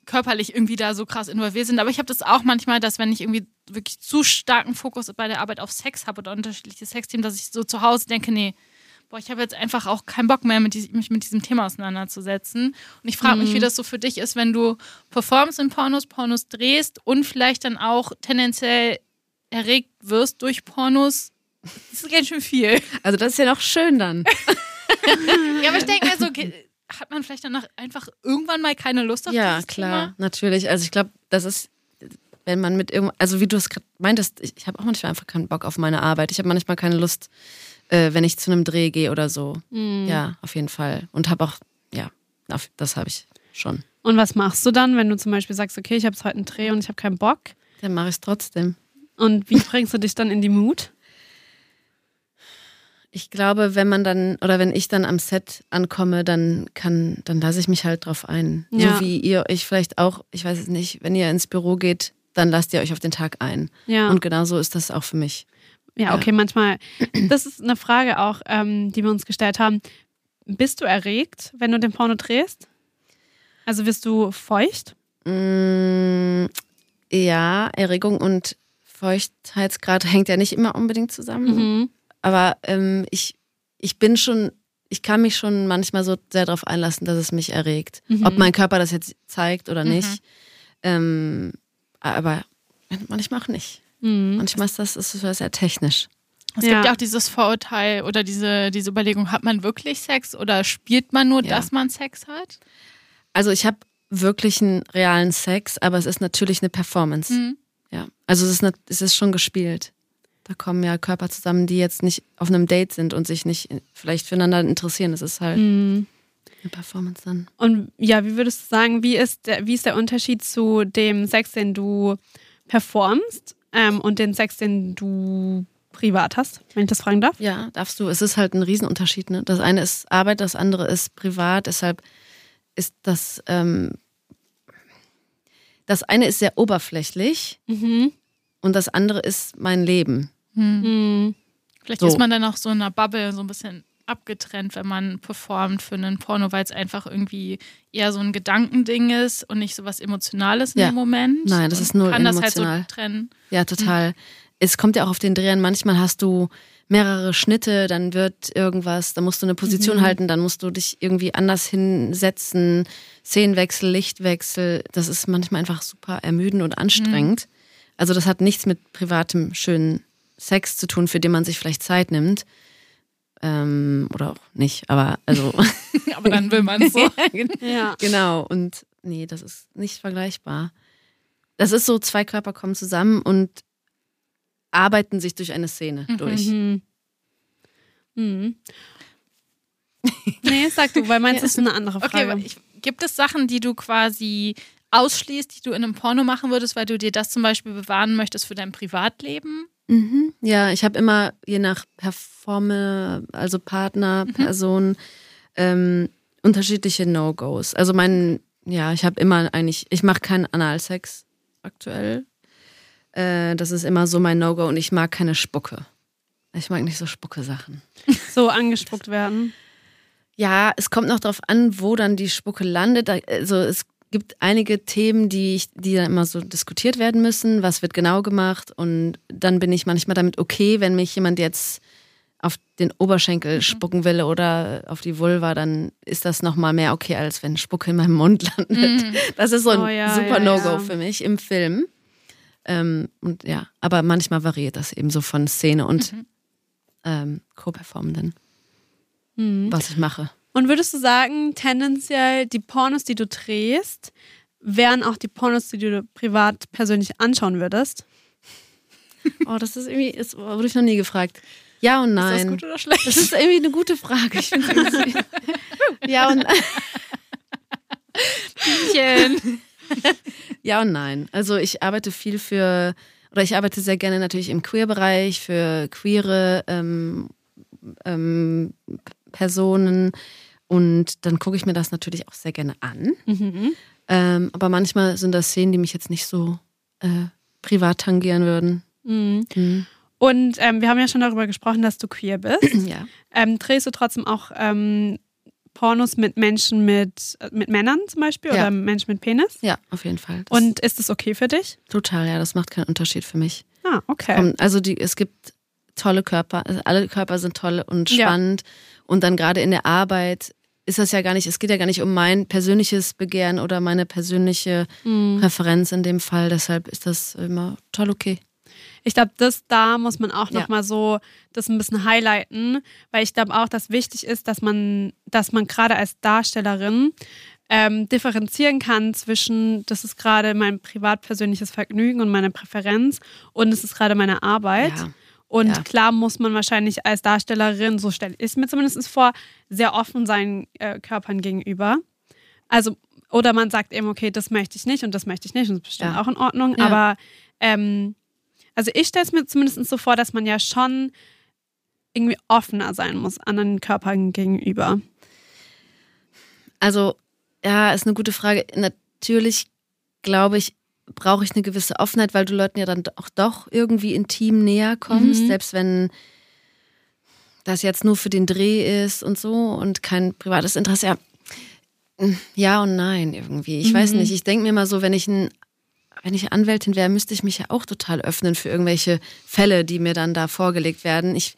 Speaker 1: körperlich irgendwie da so krass involviert sind. Aber ich habe das auch manchmal, dass wenn ich irgendwie wirklich zu starken Fokus bei der Arbeit auf Sex habe oder unterschiedliche Sexthemen, dass ich so zu Hause denke, nee, boah, ich habe jetzt einfach auch keinen Bock mehr, mit dies- mich mit diesem Thema auseinanderzusetzen. Und ich frage
Speaker 3: Mhm.
Speaker 1: mich, wie das so für dich ist, wenn du performst in Pornos, Pornos drehst und vielleicht dann auch tendenziell erregt wirst durch Pornos. Das ist ganz schön
Speaker 3: (laughs)
Speaker 1: viel.
Speaker 3: Also das ist ja noch schön dann.
Speaker 1: Ja, aber ich denke mir so, okay, hat man vielleicht danach einfach irgendwann mal keine Lust auf
Speaker 3: ja,
Speaker 1: dieses
Speaker 3: klar,
Speaker 1: Thema?
Speaker 3: natürlich. Also ich glaube, das ist, wenn man mit irgend, also wie du es gerade meintest, ich, ich habe auch manchmal einfach keinen Bock auf meine Arbeit. Ich habe manchmal keine Lust, äh, wenn ich zu einem Dreh gehe oder so. Ja, auf jeden Fall. Und habe auch, ja, auf, das habe ich schon.
Speaker 2: Und was machst du dann, wenn du zum Beispiel sagst, okay, ich habe heute einen Dreh und ich habe keinen Bock?
Speaker 3: Dann mache ich es trotzdem.
Speaker 2: Und (laughs) wie bringst du dich dann in die Mut?
Speaker 3: Ich glaube, wenn man dann oder wenn ich dann am Set ankomme, dann kann, dann lasse ich mich halt drauf ein.
Speaker 2: Ja.
Speaker 3: So wie ihr euch vielleicht auch, ich weiß es nicht, wenn ihr ins Büro geht, dann lasst ihr euch auf den Tag ein.
Speaker 2: Ja.
Speaker 3: Und genau so ist das auch für mich.
Speaker 2: Ja, okay, manchmal. Das ist eine Frage auch, ähm, die wir uns gestellt haben. Bist du erregt, wenn du den Porno drehst? Also wirst du feucht?
Speaker 3: Mm, Ja, Erregung und Feuchtheitsgrad (laughs) hängt ja nicht immer unbedingt
Speaker 2: Mhm.
Speaker 3: zusammen. Aber ähm, ich, ich bin schon, ich kann mich schon manchmal so sehr darauf einlassen, dass es mich erregt. Ob mein Körper das jetzt zeigt oder nicht. Ähm, aber manchmal auch nicht.
Speaker 2: Mhm.
Speaker 3: Manchmal ist das, ist das sehr technisch.
Speaker 1: Es
Speaker 2: Ja.
Speaker 1: gibt ja auch dieses Vorurteil oder diese, diese Überlegung, hat man wirklich Sex oder spielt man nur,
Speaker 3: Ja.
Speaker 1: dass man Sex hat?
Speaker 3: Also ich habe wirklich einen realen Sex, aber es ist natürlich eine Performance.
Speaker 1: Hm.
Speaker 3: Ja. Also es ist, nat- es ist schon gespielt. Da kommen ja Körper zusammen, die jetzt nicht auf einem Date sind und sich nicht in- vielleicht füreinander interessieren. Es ist halt eine Performance dann.
Speaker 2: Und ja, wie würdest du sagen, wie ist der, wie ist der Unterschied zu dem Sex, den du performst ähm, und den Sex, den du privat hast, wenn ich das fragen darf?
Speaker 3: Ja, darfst du. Es ist halt ein Riesenunterschied. Ne? Das eine ist Arbeit, das andere ist privat. Deshalb ist das ähm, Das eine ist sehr oberflächlich
Speaker 5: Mhm.
Speaker 3: und das andere ist mein Leben.
Speaker 1: Hm.
Speaker 5: Mhm.
Speaker 1: Vielleicht
Speaker 3: So.
Speaker 1: ist man dann auch so in einer Bubble so ein bisschen abgetrennt, wenn man performt für einen Porno, weil es einfach irgendwie eher so ein Gedankending ist und nicht so was Emotionales in
Speaker 3: Ja.
Speaker 1: dem Moment.
Speaker 3: Nein, das ist
Speaker 1: Und
Speaker 3: null
Speaker 1: kann das
Speaker 3: emotional.
Speaker 1: halt so
Speaker 3: (laughs)
Speaker 1: trennen.
Speaker 3: Ja, total. Es kommt ja auch auf den Dreh an. Manchmal hast du mehrere Schnitte, dann wird irgendwas, dann musst du eine Position halten, dann musst du dich irgendwie anders hinsetzen. Szenenwechsel, Lichtwechsel. Das ist manchmal einfach super ermüdend und anstrengend. Also, das hat nichts mit privatem, schönen Sex zu tun, für den man sich vielleicht Zeit nimmt. Ähm, oder auch nicht, aber also.
Speaker 1: Aber dann will man
Speaker 3: (laughs)
Speaker 1: es so. (laughs)
Speaker 2: Ja.
Speaker 3: Genau, und nee, das ist nicht vergleichbar. Das ist so, zwei Körper kommen zusammen und arbeiten sich durch eine Szene durch.
Speaker 2: Hm.
Speaker 5: Mhm. Mhm.
Speaker 2: Nee, sag du, weil meins ist eine andere
Speaker 1: Okay,
Speaker 3: genau.
Speaker 2: Frage.
Speaker 1: aber ich, gibt es Sachen, die du quasi ausschließt, die du in einem Porno machen würdest, weil du dir das zum Beispiel bewahren möchtest für dein Privatleben?
Speaker 3: Mhm. Ja, ich habe immer, je nach Performer, also Partner,
Speaker 5: Mhm.
Speaker 3: Person, ähm, unterschiedliche No-Gos. Also mein, ja, ich habe immer eigentlich, ich mache keinen Analsex aktuell. Äh, das ist immer so mein No-Go und ich mag keine Spucke. Ich mag nicht so Spucke-Sachen.
Speaker 2: so angespuckt werden.
Speaker 3: Ja, es kommt noch darauf an, wo dann die Spucke landet. Da- Also es gibt einige Themen, die, ich, die dann immer so diskutiert werden müssen. Was wird genau gemacht? Und dann bin ich manchmal damit okay, wenn mich jemand jetzt auf den Oberschenkel
Speaker 2: Mhm.
Speaker 3: spucken will oder auf die Vulva, dann ist das nochmal mehr okay, als wenn Spucke in meinem Mund landet. Das ist so ein
Speaker 2: Oh ja, ja,
Speaker 3: super No-Go
Speaker 2: ja.
Speaker 3: für mich im Film. Ähm, und ja, aber manchmal variiert das eben so von Szene und
Speaker 2: Mhm.
Speaker 3: ähm, Co-Performenden,
Speaker 2: Mhm.
Speaker 3: was ich mache.
Speaker 2: Und würdest du sagen, tendenziell die Pornos, die du drehst, wären auch die Pornos, die du privat persönlich anschauen würdest?
Speaker 3: Oh, das ist irgendwie, das wurde ich noch nie gefragt. Ja und nein.
Speaker 1: Ist das gut oder schlecht?
Speaker 3: Das ist irgendwie eine gute Frage. Ich find's irgendwie-
Speaker 1: (laughs)
Speaker 3: ja, und, (laughs) ja und nein. Also ich arbeite viel für, oder ich arbeite sehr gerne natürlich im Queer-Bereich, für queere ähm, ähm, Personen. Und dann gucke ich mir das natürlich auch sehr gerne an.
Speaker 5: Mhm.
Speaker 3: Ähm, aber manchmal sind das Szenen, die mich jetzt nicht so äh, privat tangieren würden.
Speaker 2: Mhm.
Speaker 3: Mhm.
Speaker 2: Und ähm, wir haben ja schon darüber gesprochen, dass du queer bist.
Speaker 3: Ja.
Speaker 2: Ähm, drehst du trotzdem auch ähm, Pornos mit Menschen mit, äh, mit Männern zum Beispiel
Speaker 3: Ja.
Speaker 2: oder Menschen mit Penis?
Speaker 3: ja, auf jeden Fall. Das
Speaker 2: Und ist das okay für dich?
Speaker 3: total, ja, das macht keinen Unterschied für mich.
Speaker 2: Ah, okay.
Speaker 3: Komm, also die, es gibt tolle Körper, also alle Körper sind toll und
Speaker 2: Ja.
Speaker 3: spannend. Und dann gerade in der Arbeit ist das ja gar nicht, es geht ja gar nicht um mein persönliches Begehren oder meine persönliche
Speaker 2: Mhm.
Speaker 3: Präferenz in dem Fall. Deshalb ist das immer toll okay.
Speaker 2: Ich glaube, das da muss man auch
Speaker 3: Ja.
Speaker 2: noch mal so das ein bisschen highlighten, weil ich glaube auch, dass wichtig ist, dass man, dass man gerade als Darstellerin ähm, differenzieren kann zwischen, das ist gerade mein privat persönliches Vergnügen und meine Präferenz und es ist gerade meine Arbeit.
Speaker 3: Ja.
Speaker 2: Und
Speaker 3: Ja.
Speaker 2: klar muss man wahrscheinlich als Darstellerin, so stelle ich es mir zumindest vor, sehr offen seinen äh, Körpern gegenüber. Also, oder man sagt eben, okay, das möchte ich nicht und das möchte ich nicht und das ist bestimmt
Speaker 3: Ja.
Speaker 2: auch in Ordnung.
Speaker 3: Ja.
Speaker 2: Aber ähm, also ich stelle es mir zumindest so vor, dass man ja schon irgendwie offener sein muss anderen Körpern gegenüber.
Speaker 3: Also, ja, ist eine gute Frage. Natürlich glaube ich, brauche ich eine gewisse Offenheit, weil du Leuten ja dann auch doch irgendwie intim näher kommst, selbst wenn das jetzt nur für den Dreh ist und so und kein privates Interesse. Ja, ja und nein irgendwie. Ich weiß nicht. Ich denke mir mal so, wenn ich ein wenn ich Anwältin wäre, müsste ich mich ja auch total öffnen für irgendwelche Fälle, die mir dann da vorgelegt werden. Ich,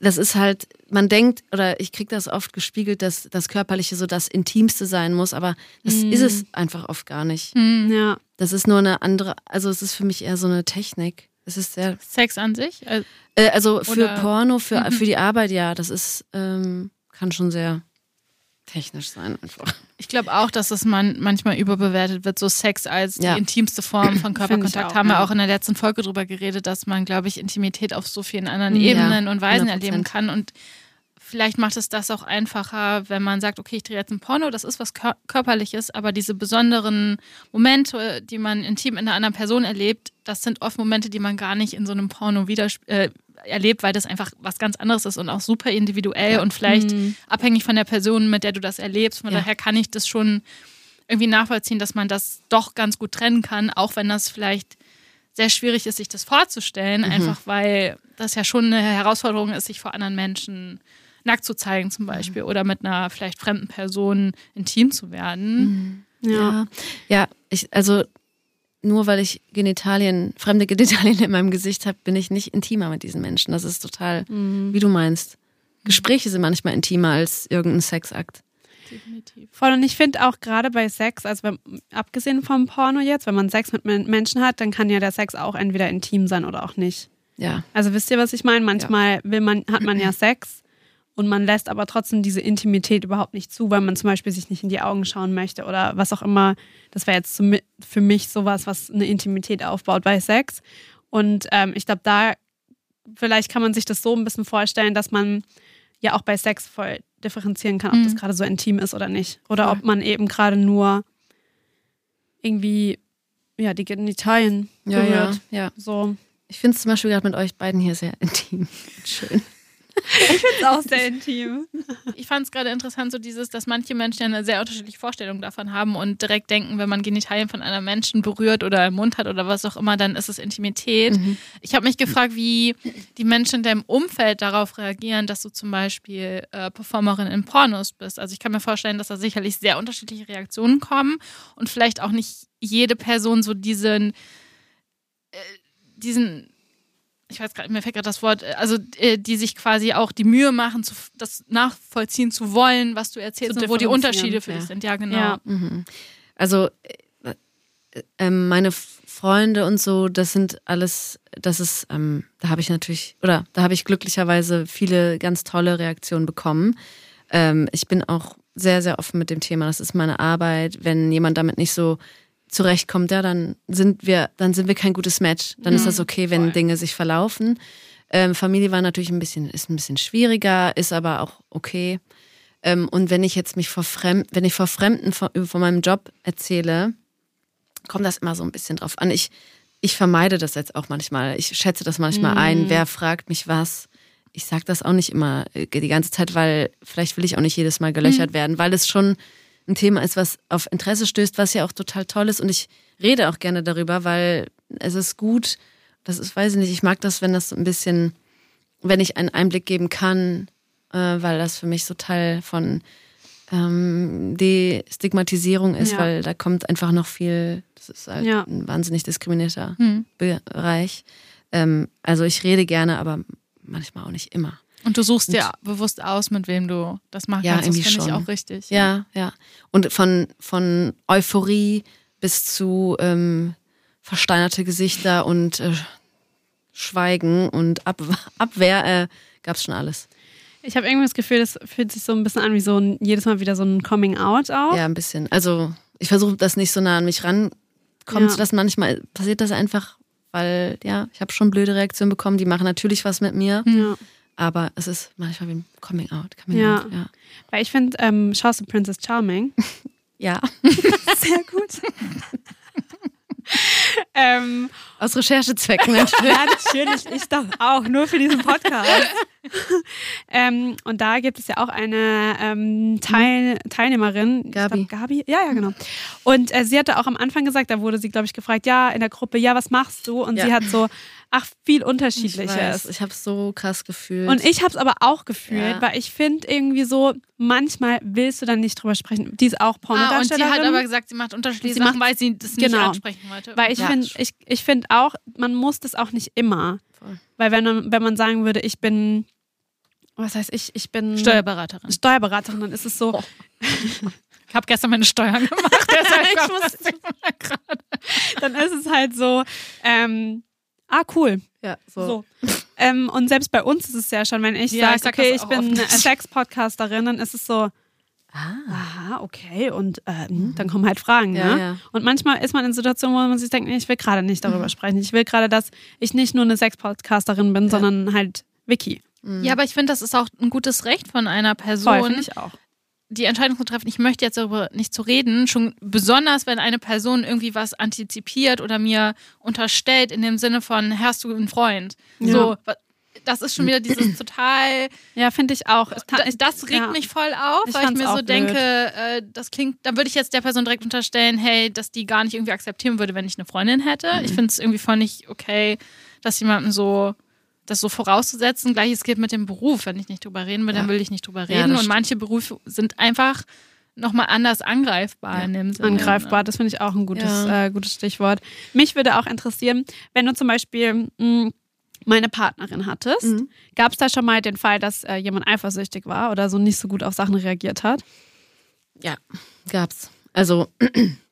Speaker 3: das ist halt, man denkt, oder ich kriege das oft gespiegelt, dass das Körperliche so das Intimste sein muss, aber das ist es einfach oft gar nicht.
Speaker 2: Mhm. Ja.
Speaker 3: Das ist nur eine andere, also es ist für mich eher so eine Technik. Es ist sehr,
Speaker 1: Sex an sich? Also,
Speaker 3: äh, also für
Speaker 1: Oder-
Speaker 3: Porno, für, für die Arbeit, ja, das ist, ähm, kann schon sehr technisch sein einfach.
Speaker 1: Ich glaube auch, dass es man manchmal überbewertet wird, so Sex als
Speaker 3: Ja.
Speaker 1: die intimste Form von
Speaker 2: Finde
Speaker 1: Körperkontakt.
Speaker 2: ich auch,
Speaker 1: Haben wir
Speaker 2: ja.
Speaker 1: auch in der letzten Folge drüber geredet, dass man, glaube ich, Intimität auf so vielen
Speaker 2: Mhm.
Speaker 1: anderen
Speaker 3: Ja,
Speaker 1: Ebenen und Weisen
Speaker 3: 100%.
Speaker 1: erleben kann. Und vielleicht macht es das auch einfacher, wenn man sagt, okay, ich drehe jetzt ein Porno, das ist was Kör Körperliches, aber diese besonderen Momente, die man intim in einer anderen Person erlebt, das sind oft Momente, die man gar nicht in so einem Porno widersp- äh, erlebt, weil das einfach was ganz anderes ist und auch super individuell und vielleicht abhängig von der Person, mit der du das erlebst. Von
Speaker 3: Mhm. Ja.
Speaker 1: daher kann ich das schon irgendwie nachvollziehen, dass man das doch ganz gut trennen kann, auch wenn das vielleicht sehr schwierig ist, sich das vorzustellen, einfach weil das ja schon eine Herausforderung ist, sich vor anderen Menschen nackt zu zeigen zum Beispiel oder mit einer vielleicht fremden Person intim zu werden.
Speaker 3: Ja, ja ich, also nur weil ich Genitalien, fremde Genitalien in meinem Gesicht habe, bin ich nicht intimer mit diesen Menschen. Das ist total, wie du meinst. Gespräche sind manchmal intimer als irgendein Sexakt.
Speaker 1: Definitiv.
Speaker 2: Voll, und ich finde auch gerade bei Sex, also wenn, abgesehen vom Porno jetzt, wenn man Sex mit Men- Menschen hat, dann kann ja der Sex auch entweder intim sein oder auch nicht.
Speaker 3: Ja.
Speaker 2: Also wisst ihr, was ich meine? Manchmal will man, hat man (clears throat) ja Sex und man lässt aber trotzdem diese Intimität überhaupt nicht zu, weil man zum Beispiel sich nicht in die Augen schauen möchte oder was auch immer. Das wäre jetzt zum- für mich sowas, was eine Intimität aufbaut bei Sex. Und ähm, ich glaube, da vielleicht kann man sich das so ein bisschen vorstellen, dass man ja auch bei Sex voll differenzieren kann, ob
Speaker 1: Mhm.
Speaker 2: das gerade so intim ist oder nicht. Oder ob man eben gerade nur irgendwie ja, die Genitalien
Speaker 3: Ja, ja,
Speaker 2: berührt.
Speaker 3: ja.
Speaker 2: So.
Speaker 3: Ich finde es zum Beispiel gerade mit euch beiden hier sehr (laughs) intim. und Schön.
Speaker 2: Ist auch (laughs) sehr intim.
Speaker 1: Ich fand es gerade interessant, so dieses, dass manche Menschen ja eine sehr unterschiedliche Vorstellung davon haben und direkt denken, wenn man Genitalien von einem Menschen berührt oder im Mund hat oder was auch immer, dann ist es Intimität. Ich habe mich gefragt, wie die Menschen in deinem Umfeld darauf reagieren, dass du zum Beispiel äh, Performerin in Pornos bist. Also ich kann mir vorstellen, dass da sicherlich sehr unterschiedliche Reaktionen kommen und vielleicht auch nicht jede Person so diesen, äh, diesen ich weiß gerade, mir fällt gerade das Wort, äh, also äh, die sich quasi auch die Mühe machen, zu, das nachvollziehen zu wollen, was du erzählst
Speaker 2: Zu
Speaker 1: und wo die
Speaker 2: differenzieren,
Speaker 1: Unterschiede für
Speaker 3: ja.
Speaker 1: dich sind. Ja, genau.
Speaker 2: Ja.
Speaker 3: Also äh, ähm, meine F- Freunde und so, das sind alles, das ist, ähm, da habe ich natürlich, oder da habe ich glücklicherweise viele ganz tolle Reaktionen bekommen. Ähm, ich bin auch sehr, sehr offen mit dem Thema. Das ist meine Arbeit. Wenn jemand damit nicht so zurechtkommt, ja, dann sind wir, dann sind wir kein gutes Match. Dann ist das okay, wenn
Speaker 1: voll.
Speaker 3: Dinge sich verlaufen. Ähm, Familie war natürlich ein bisschen, ist ein bisschen schwieriger, ist aber auch okay. Ähm, und wenn ich jetzt mich vor Fremd, wenn ich vor Fremden von, von meinem Job erzähle, kommt das immer so ein bisschen drauf an. Ich, ich vermeide das jetzt auch manchmal. Ich schätze das manchmal ein. Wer fragt mich was? Ich sage das auch nicht immer äh, die ganze Zeit, weil vielleicht will ich auch nicht jedes Mal gelöchert werden, weil es schon ein Thema ist, was auf Interesse stößt, was ja auch total toll ist. Und ich rede auch gerne darüber, weil es ist gut. Das ist, weiß ich nicht, ich mag das, wenn das so ein bisschen, wenn ich einen Einblick geben kann, äh, weil das für mich so Teil von ähm, Destigmatisierung ist,
Speaker 2: Ja.
Speaker 3: weil da kommt einfach noch viel, das ist halt
Speaker 2: Ja.
Speaker 3: ein wahnsinnig diskriminierter
Speaker 1: Hm.
Speaker 3: Bereich. Ähm, also ich rede gerne, aber manchmal auch nicht immer.
Speaker 1: Und du suchst dir bewusst aus, mit wem du das machen
Speaker 3: Ja,
Speaker 1: kannst. Das
Speaker 3: irgendwie
Speaker 1: finde ich
Speaker 3: schon.
Speaker 1: auch richtig.
Speaker 3: Ja, ja. Und von, von Euphorie bis zu ähm, versteinerte Gesichter und äh, Schweigen und Ab (laughs) Abwehr äh, gab es schon alles.
Speaker 2: Ich habe irgendwie das Gefühl, das fühlt sich so ein bisschen an wie so ein, jedes Mal wieder so ein Coming Out auch.
Speaker 3: Ja, ein bisschen. Also ich versuche das nicht so nah an mich rankommen
Speaker 2: Ja.
Speaker 3: zu lassen. Manchmal passiert das einfach, weil ja, ich habe schon blöde Reaktionen bekommen. Die machen natürlich was mit mir,
Speaker 2: Ja.
Speaker 3: aber es ist manchmal wie ein Coming Out. Coming
Speaker 2: Ja.
Speaker 3: Out ja.
Speaker 2: Weil ich finde, ähm, schaust du Princess Charming?
Speaker 3: ja.
Speaker 2: (laughs)
Speaker 3: (laughs)
Speaker 2: Sehr gut. (laughs) ähm, (laughs)
Speaker 3: Aus Recherchezwecken natürlich.
Speaker 2: ja, natürlich, ich doch auch, nur für diesen Podcast. (laughs) ähm, und da gibt es ja auch eine ähm, Teil, Teilnehmerin.
Speaker 3: Gabi.
Speaker 2: Ich glaub, Gabi? Ja, ja, genau. Und äh, sie hatte auch am Anfang gesagt, da wurde sie, glaube ich, gefragt, ja, in der Gruppe, ja, was machst du? Und
Speaker 3: Ja.
Speaker 2: sie hat so, ach, viel
Speaker 3: Ich,
Speaker 2: Unterschiedliches.
Speaker 3: weiß, ich habe so krass gefühlt.
Speaker 2: Und ich habe es aber auch gefühlt,
Speaker 3: Ja.
Speaker 2: weil ich finde irgendwie so, manchmal willst du dann nicht drüber sprechen. Die ist auch
Speaker 1: Ah, und sie
Speaker 2: Pornodarstellerin.
Speaker 1: hat aber gesagt, sie macht unterschiedliche
Speaker 2: Sie
Speaker 1: Sachen,
Speaker 2: macht-
Speaker 1: weil sie das nicht
Speaker 2: genau.
Speaker 1: ansprechen wollte.
Speaker 2: weil ich
Speaker 3: Ja,
Speaker 2: finde,
Speaker 3: sch-
Speaker 2: ich, ich finde auch, man muss das auch nicht immer.
Speaker 3: Voll.
Speaker 2: Weil wenn, man- wenn man sagen würde, ich bin, was heißt ich, ich bin
Speaker 1: Steuerberaterin.
Speaker 2: Steuerberaterin, dann ist es so,
Speaker 1: Oh. Ich habe gestern meine Steuern (laughs) gemacht. Deshalb
Speaker 2: Ich
Speaker 1: ich
Speaker 2: muss-
Speaker 1: muss gerade.
Speaker 2: dann ist es halt so, ähm, ah, cool.
Speaker 3: ja, so.
Speaker 2: So. ähm, und selbst bei uns ist es ja schon, wenn ich
Speaker 1: Ja,
Speaker 2: sage,
Speaker 1: ich sag
Speaker 2: okay,
Speaker 1: das
Speaker 2: ich
Speaker 1: auch
Speaker 2: bin
Speaker 1: oft.
Speaker 2: Sex-Podcasterin, dann ist es so,
Speaker 3: Ah.
Speaker 2: aha, okay, und
Speaker 1: Mhm.
Speaker 2: ähm, dann kommen halt Fragen,
Speaker 3: Ja,
Speaker 2: ne?
Speaker 3: ja.
Speaker 2: Und manchmal ist man in Situationen, wo man sich denkt, nee, ich will gerade nicht
Speaker 1: Mhm.
Speaker 2: darüber sprechen. Ich will gerade, dass ich nicht nur eine Sex-Podcasterin bin, sondern halt Vicky.
Speaker 1: Ja, aber ich finde, das ist auch ein gutes Recht von einer Person,
Speaker 2: Voll, finde ich auch.
Speaker 1: die Entscheidung zu treffen, ich möchte jetzt darüber nicht zu reden, schon besonders, wenn eine Person irgendwie was antizipiert oder mir unterstellt in dem Sinne von, hast du einen Freund?
Speaker 2: Ja.
Speaker 1: So, wa- das ist schon wieder dieses total.
Speaker 2: Ja, finde ich auch. Es
Speaker 1: Da-
Speaker 2: ta- ich-
Speaker 1: Das regt
Speaker 2: ja.
Speaker 1: mich voll auf,
Speaker 2: Ich
Speaker 1: weil ich
Speaker 2: fand's
Speaker 1: mir
Speaker 2: auch
Speaker 1: so
Speaker 2: blöd.
Speaker 1: denke, äh, das klingt, da würde ich jetzt der Person direkt unterstellen, hey, dass die gar nicht irgendwie akzeptieren würde, wenn ich eine Freundin hätte. Ich
Speaker 2: Mhm.
Speaker 1: finde es irgendwie voll nicht okay, dass jemandem so das so vorauszusetzen. Gleiches gilt mit dem Beruf. Wenn ich nicht drüber reden will, dann
Speaker 3: Ja.
Speaker 1: will ich nicht drüber
Speaker 3: Ja, das
Speaker 1: reden. Und
Speaker 3: stimmt.
Speaker 1: manche Berufe sind einfach nochmal anders angreifbar in dem Sinne.
Speaker 2: Angreifbar, das finde ich auch ein gutes,
Speaker 3: Ja.
Speaker 2: äh, gutes Stichwort. Mich würde auch interessieren, wenn du zum Beispiel mh, meine Partnerin hattest,
Speaker 3: Mhm.
Speaker 2: gab es da schon mal den Fall, dass äh, jemand eifersüchtig war oder so nicht so gut auf Sachen reagiert hat?
Speaker 3: Ja, gab's. Also, (clears throat)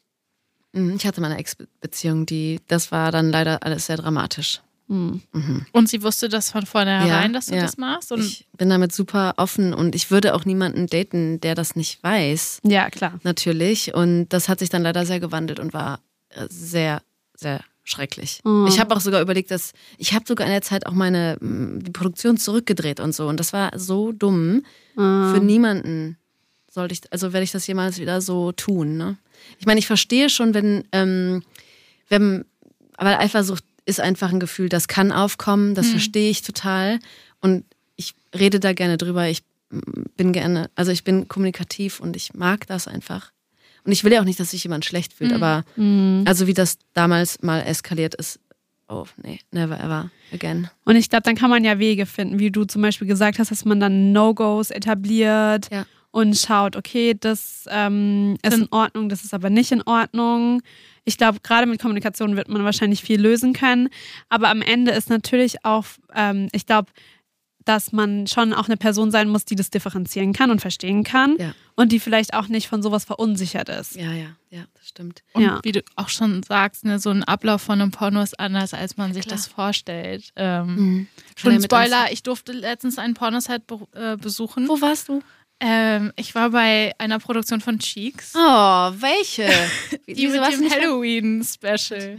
Speaker 3: mm, ich hatte meine Ex-Beziehung, die, das war dann leider alles sehr dramatisch.
Speaker 2: Mhm.
Speaker 1: ne? Und sie wusste das von vornherein,
Speaker 3: Ja,
Speaker 1: dass du
Speaker 3: ja.
Speaker 1: das machst. Und
Speaker 3: Ich bin damit super offen und ich würde auch niemanden daten, der das nicht weiß,
Speaker 2: Ja, klar.
Speaker 3: natürlich. Und das hat sich dann leider sehr gewandelt und war äh, sehr, sehr schrecklich.
Speaker 2: Oh.
Speaker 3: Ich habe auch sogar überlegt, dass ich habe sogar in der Zeit auch meine mm, die Produktion zurückgedreht und so. Und das war so dumm.
Speaker 2: Ah.
Speaker 3: Für niemanden sollte ich, also werde ich das jemals wieder so tun. Ne? Ich meine, ich verstehe schon, wenn, ähm, wenn, aber Eifersucht ist einfach ein Gefühl, das kann aufkommen, das verstehe ich total und ich rede da gerne drüber. Ich mm, bin gerne, also ich bin kommunikativ und ich mag das einfach. Und ich will ja auch nicht, dass sich jemand schlecht fühlt, aber also wie das damals mal eskaliert ist, oh nee, never ever again.
Speaker 2: Und ich glaube, dann kann man ja Wege finden, wie du zum Beispiel gesagt hast, dass man dann No-Gos etabliert
Speaker 3: Ja.
Speaker 2: und schaut, okay, das ähm, ist in Ordnung, das ist aber nicht in Ordnung. Ich glaube, gerade mit Kommunikation wird man wahrscheinlich viel lösen können. Aber am Ende ist natürlich auch, ähm, ich glaube, dass man schon auch eine Person sein muss, die das differenzieren kann und verstehen kann
Speaker 3: Ja.
Speaker 2: und die vielleicht auch nicht von sowas verunsichert ist.
Speaker 3: Ja, ja, ja, das stimmt.
Speaker 1: Und
Speaker 2: Ja.
Speaker 1: wie du auch schon sagst, ne, so ein Ablauf von einem Porno ist anders, als man sich das vorstellt. Ähm,
Speaker 3: Kann
Speaker 1: Schon
Speaker 3: er mit uns-
Speaker 1: Spoiler, ich durfte letztens einen Pornoset be äh, besuchen.
Speaker 3: Wo warst du?
Speaker 1: Ähm, ich war bei einer Produktion von Cheeks.
Speaker 3: Oh, welche? Wie-
Speaker 1: Die
Speaker 3: wieso
Speaker 1: mit
Speaker 3: warst du
Speaker 1: dem
Speaker 3: nicht bei-
Speaker 1: Halloween-Special.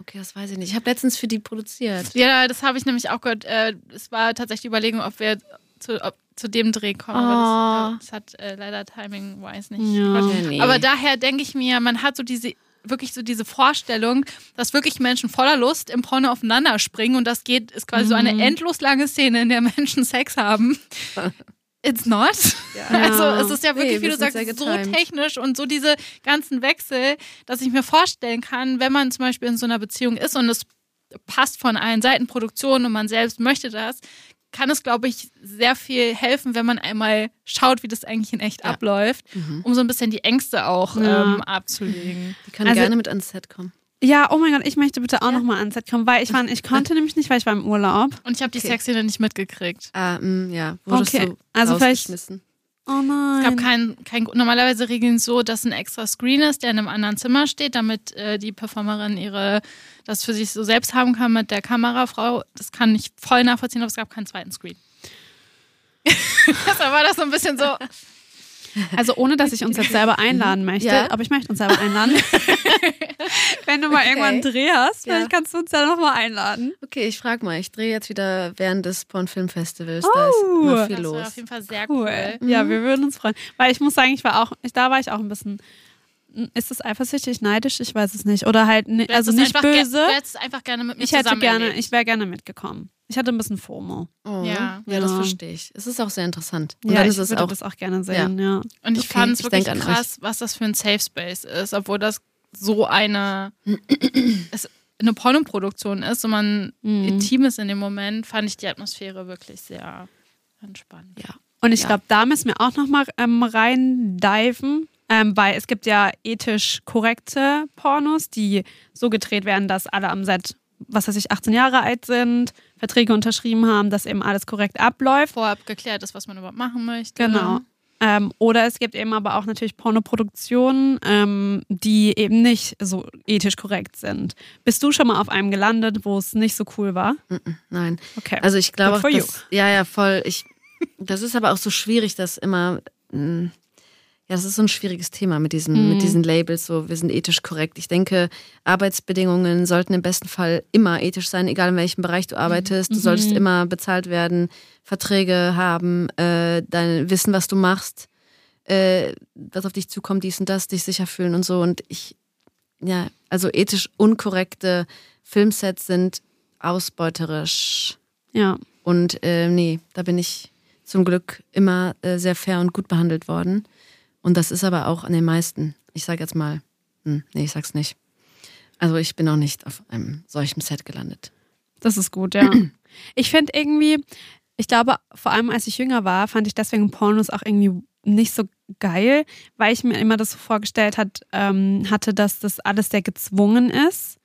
Speaker 3: Okay, das weiß ich nicht. Ich habe letztens für die produziert.
Speaker 1: Ja, das habe ich nämlich auch gehört. Äh, es war tatsächlich die Überlegung, ob wir zu, ob, zu dem Dreh kommen. Aber das, das hat äh, leider timing-wise nicht.
Speaker 2: Ja.
Speaker 1: geklappt.
Speaker 3: Ah. Ja, nee.
Speaker 1: Aber daher denke ich mir, man hat so diese wirklich so diese Vorstellung, dass wirklich Menschen voller Lust im Porno aufeinander springen und das geht, ist quasi so
Speaker 3: Mhm.
Speaker 1: eine endlos lange Szene, in der (laughs) Menschen Sex haben. It's not. Also es ist ja wirklich,
Speaker 3: Nee,
Speaker 1: wie
Speaker 3: wir
Speaker 1: du
Speaker 3: sind
Speaker 1: sagst,
Speaker 3: sehr
Speaker 1: so
Speaker 3: getimed.
Speaker 1: technisch und so diese ganzen Wechsel, dass ich mir vorstellen kann, wenn man zum Beispiel in so einer Beziehung ist und es passt von allen Seiten Produktion und man selbst möchte das, kann es, glaube ich, sehr viel helfen, wenn man einmal schaut, wie das eigentlich in echt abläuft, um so ein bisschen die Ängste auch
Speaker 2: Ja.
Speaker 1: ähm, abzulegen.
Speaker 3: Die können
Speaker 2: Also-
Speaker 3: gerne mit ans Set kommen.
Speaker 2: Ja, oh mein Gott, ich möchte bitte auch nochmal ans Set kommen, weil ich, war, ich konnte nämlich nicht, weil ich war im Urlaub.
Speaker 1: Und ich habe die
Speaker 3: Okay.
Speaker 1: Sexszene nicht mitgekriegt.
Speaker 3: Ah, mh, ja. Wurdest
Speaker 2: Okay.
Speaker 3: du
Speaker 2: Also vielleicht-
Speaker 3: rausgeschmissen?
Speaker 2: Oh nein.
Speaker 1: Es gab keinen kein, normalerweise regeln es so, dass ein extra Screen ist, der in einem anderen Zimmer steht, damit äh, die Performerin ihre das für sich so selbst haben kann mit der Kamerafrau. Das kann ich voll nachvollziehen, aber es gab keinen zweiten
Speaker 2: (laughs)
Speaker 1: Screen. (laughs) Deshalb war das so ein bisschen so.
Speaker 2: Also ohne, dass ich uns jetzt selber
Speaker 1: Mhm.
Speaker 2: einladen möchte,
Speaker 3: Ja.
Speaker 2: aber ich möchte uns selber
Speaker 1: (laughs)
Speaker 2: einladen. Wenn du mal irgendwann einen Dreh hast,
Speaker 3: Ja.
Speaker 2: vielleicht kannst du uns ja nochmal einladen.
Speaker 3: Okay, ich frag mal. Ich drehe jetzt wieder während des Pornfilmfestivals. Da ist
Speaker 2: Oh.
Speaker 3: immer viel
Speaker 1: Das war
Speaker 3: los.
Speaker 1: auf jeden Fall sehr cool. Mhm.
Speaker 2: Cool. Ja, wir würden uns freuen. Weil ich muss sagen, ich war auch, ich, da war ich auch ein bisschen. hm, Ist das eifersüchtig, neidisch? Ich weiß es nicht. Oder halt, ne,
Speaker 1: Du hättest
Speaker 2: also
Speaker 1: es
Speaker 2: nicht
Speaker 1: einfach ge-
Speaker 2: böse.
Speaker 1: Du hättest es einfach gerne mit mir
Speaker 2: Ich hätte
Speaker 1: zusammen
Speaker 2: gerne,
Speaker 1: erlebt.
Speaker 2: ich wäre gerne mitgekommen. Ich hatte ein bisschen FOMO.
Speaker 3: Oh.
Speaker 1: Ja.
Speaker 3: Ja. ja, das
Speaker 2: Ja.
Speaker 3: verstehe ich. Es ist auch sehr interessant. Und
Speaker 2: Ja,
Speaker 3: dann
Speaker 2: ich
Speaker 3: ist es
Speaker 2: würde
Speaker 3: auch.
Speaker 2: das auch gerne sehen, ja.
Speaker 1: Und ich
Speaker 3: Okay,
Speaker 1: fand es
Speaker 3: ich
Speaker 1: wirklich
Speaker 3: denk an euch.
Speaker 1: krass, was das für ein Safe Space ist, obwohl das so
Speaker 3: (clears throat)
Speaker 1: eine, es eine Pornoproduktion ist und man
Speaker 3: Mhm.
Speaker 1: intim ist in dem Moment, fand ich die Atmosphäre wirklich sehr entspannt.
Speaker 3: Ja.
Speaker 2: Und ich
Speaker 3: Ja.
Speaker 2: glaube, da müssen wir auch nochmal ähm, reindiven. Ähm, bei, es gibt ja ethisch korrekte Pornos, die so gedreht werden, dass alle am Set, was weiß ich, 18 Jahre alt sind, Verträge unterschrieben haben, dass eben alles korrekt abläuft.
Speaker 1: Vorab geklärt ist, was man überhaupt machen möchte.
Speaker 2: Genau. Ähm, oder es gibt eben aber auch natürlich Pornoproduktionen, ähm, die eben nicht so ethisch korrekt sind. Bist du schon mal auf einem gelandet, wo es nicht so cool war?
Speaker 3: Nein.
Speaker 2: Okay.
Speaker 3: Also ich glaube
Speaker 2: Good
Speaker 3: auch,
Speaker 2: for you.
Speaker 3: dass, ja, ja, voll. Ich, das ist aber auch so schwierig, dass immer, mh, ja, das ist so ein schwieriges Thema mit diesen,
Speaker 2: Mhm.
Speaker 3: mit diesen Labels, so wir sind ethisch korrekt. Ich denke, Arbeitsbedingungen sollten im besten Fall immer ethisch sein, egal in welchem Bereich du arbeitest. Du
Speaker 2: Mhm.
Speaker 3: solltest immer bezahlt werden, Verträge haben, äh, dein Wissen, was du machst, äh, was auf dich zukommt, dies und das, dich sicher fühlen und so. Und ich, ja, also ethisch unkorrekte Filmsets sind ausbeuterisch.
Speaker 2: ja.
Speaker 3: Und äh, nee, da bin ich zum Glück immer äh, sehr fair und gut behandelt worden. Und das ist aber auch an den meisten. Ich sage jetzt mal, hm, nee, ich sag's nicht. Also ich bin noch nicht auf einem solchen Set gelandet.
Speaker 1: Das ist gut,
Speaker 3: (clears throat)
Speaker 1: ja.
Speaker 2: Ich finde irgendwie, ich glaube, vor allem als ich jünger war, fand ich deswegen Pornos auch irgendwie nicht so geil, weil ich mir immer das so vorgestellt hat, ähm, hatte, dass das alles sehr gezwungen ist.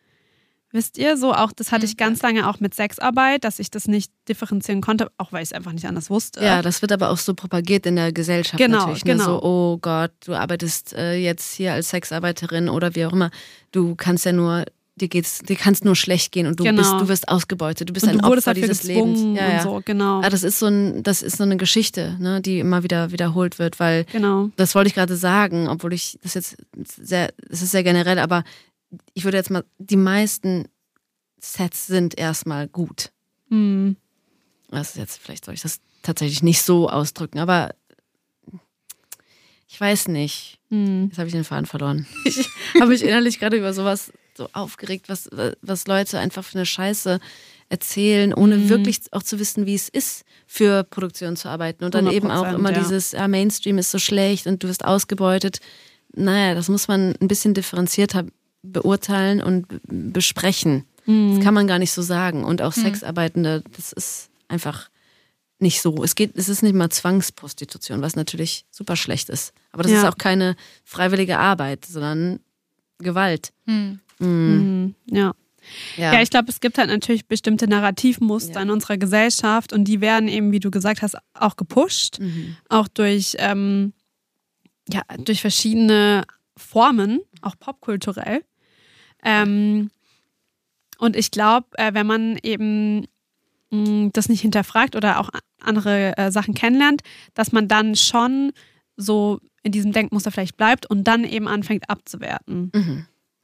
Speaker 2: Wisst ihr, so auch, das hatte ich ganz lange auch mit Sexarbeit, dass ich das nicht differenzieren konnte, auch weil ich es einfach nicht anders wusste.
Speaker 3: Ja, das wird aber auch so propagiert in der Gesellschaft
Speaker 2: Genau,
Speaker 3: natürlich. Ne?
Speaker 2: genau.
Speaker 3: So, oh Gott, du arbeitest äh, jetzt hier als Sexarbeiterin oder wie auch immer. Du kannst ja nur, dir geht's, dir kannst nur schlecht gehen und du
Speaker 2: Genau.
Speaker 3: bist, du wirst ausgebeutet, du bist
Speaker 2: und
Speaker 3: ein
Speaker 2: du wurdest
Speaker 3: Opfer
Speaker 2: dafür
Speaker 3: dieses
Speaker 2: gezwungen
Speaker 3: Lebens. Ja,
Speaker 2: und
Speaker 3: ja.
Speaker 2: so, genau.
Speaker 3: Ah, das ist so ein, das ist so eine Geschichte, ne, die immer wieder wiederholt wird, weil
Speaker 2: genau.
Speaker 3: das wollte ich gerade sagen, obwohl ich das jetzt sehr, es ist sehr generell, aber ich würde jetzt mal, die meisten Sets sind erstmal gut.
Speaker 2: Hm.
Speaker 3: Das ist jetzt, vielleicht soll ich das tatsächlich nicht so ausdrücken, aber ich weiß nicht.
Speaker 2: Hm.
Speaker 3: Jetzt habe ich den Faden verloren. (laughs) Ich habe mich innerlich gerade über sowas so aufgeregt, was, was Leute einfach für eine Scheiße erzählen, ohne wirklich auch zu wissen, wie es ist, für Produktion zu arbeiten. Und dann eben auch
Speaker 2: 100%,
Speaker 3: immer
Speaker 2: ja.
Speaker 3: dieses, ja, Mainstream ist so schlecht und du wirst ausgebeutet. Naja, das muss man ein bisschen differenzierter beurteilen und b- besprechen.
Speaker 2: Mhm.
Speaker 3: Das kann man gar nicht so sagen. Und auch Sexarbeitende, das ist einfach nicht so. Es geht, es ist nicht mal Zwangsprostitution, was natürlich super schlecht ist. Aber das
Speaker 2: Ja.
Speaker 3: ist auch keine freiwillige Arbeit, sondern Gewalt. Mhm.
Speaker 1: Hm.
Speaker 2: Hm. Ja.
Speaker 3: Ja.
Speaker 2: Ja, ich glaube, es gibt halt natürlich bestimmte Narrativmuster in unserer Gesellschaft und die werden eben, wie du gesagt hast, auch gepusht,
Speaker 3: Mhm.
Speaker 2: auch durch, ähm, ja, durch verschiedene Formen, auch popkulturell. Ähm, und ich glaube, äh, wenn man eben mh, das nicht hinterfragt oder auch a- andere äh, Sachen kennenlernt, dass man dann schon so in diesem Denkmuster vielleicht bleibt und dann eben anfängt abzuwerten.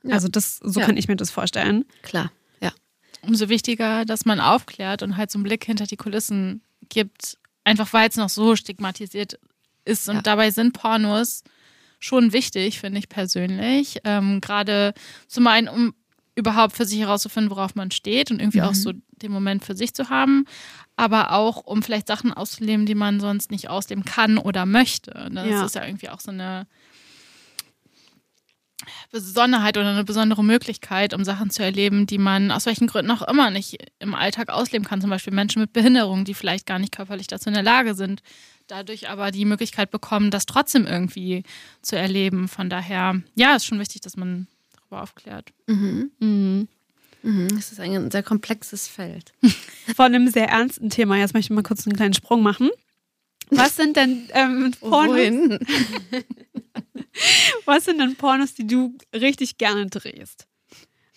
Speaker 3: Ja.
Speaker 2: Also das, so
Speaker 3: Ja.
Speaker 2: kann ich mir das vorstellen.
Speaker 3: Mhm. Klar. Ja.
Speaker 1: Umso wichtiger, dass man aufklärt und halt so einen Blick hinter die Kulissen gibt, einfach weil es noch so stigmatisiert ist. Und
Speaker 3: Ja.
Speaker 1: dabei sind Pornos schon wichtig, finde ich persönlich. Ähm, Gerade zum einen, um überhaupt für sich herauszufinden, worauf man steht und irgendwie auch so den Moment für sich zu haben, aber auch, um vielleicht Sachen auszuleben, die man sonst nicht ausleben kann oder möchte. Und Das
Speaker 2: Ja.
Speaker 1: ist ja irgendwie auch so eine Besonderheit oder eine besondere Möglichkeit, um Sachen zu erleben, die man aus welchen Gründen auch immer nicht im Alltag ausleben kann. Zum Beispiel Menschen mit Behinderung, die vielleicht gar nicht körperlich dazu in der Lage sind, dadurch aber die Möglichkeit bekommen, das trotzdem irgendwie zu erleben. Von daher, ja, ist schon wichtig, dass man darüber aufklärt.
Speaker 3: Mhm. Es ist ein sehr komplexes Feld.
Speaker 2: von einem sehr ernsten Thema. Jetzt möchte ich mal kurz einen kleinen Sprung machen. Was sind denn ähm, Pornos,
Speaker 3: Oh, Wohin?
Speaker 2: was sind denn Pornos, die du richtig gerne drehst?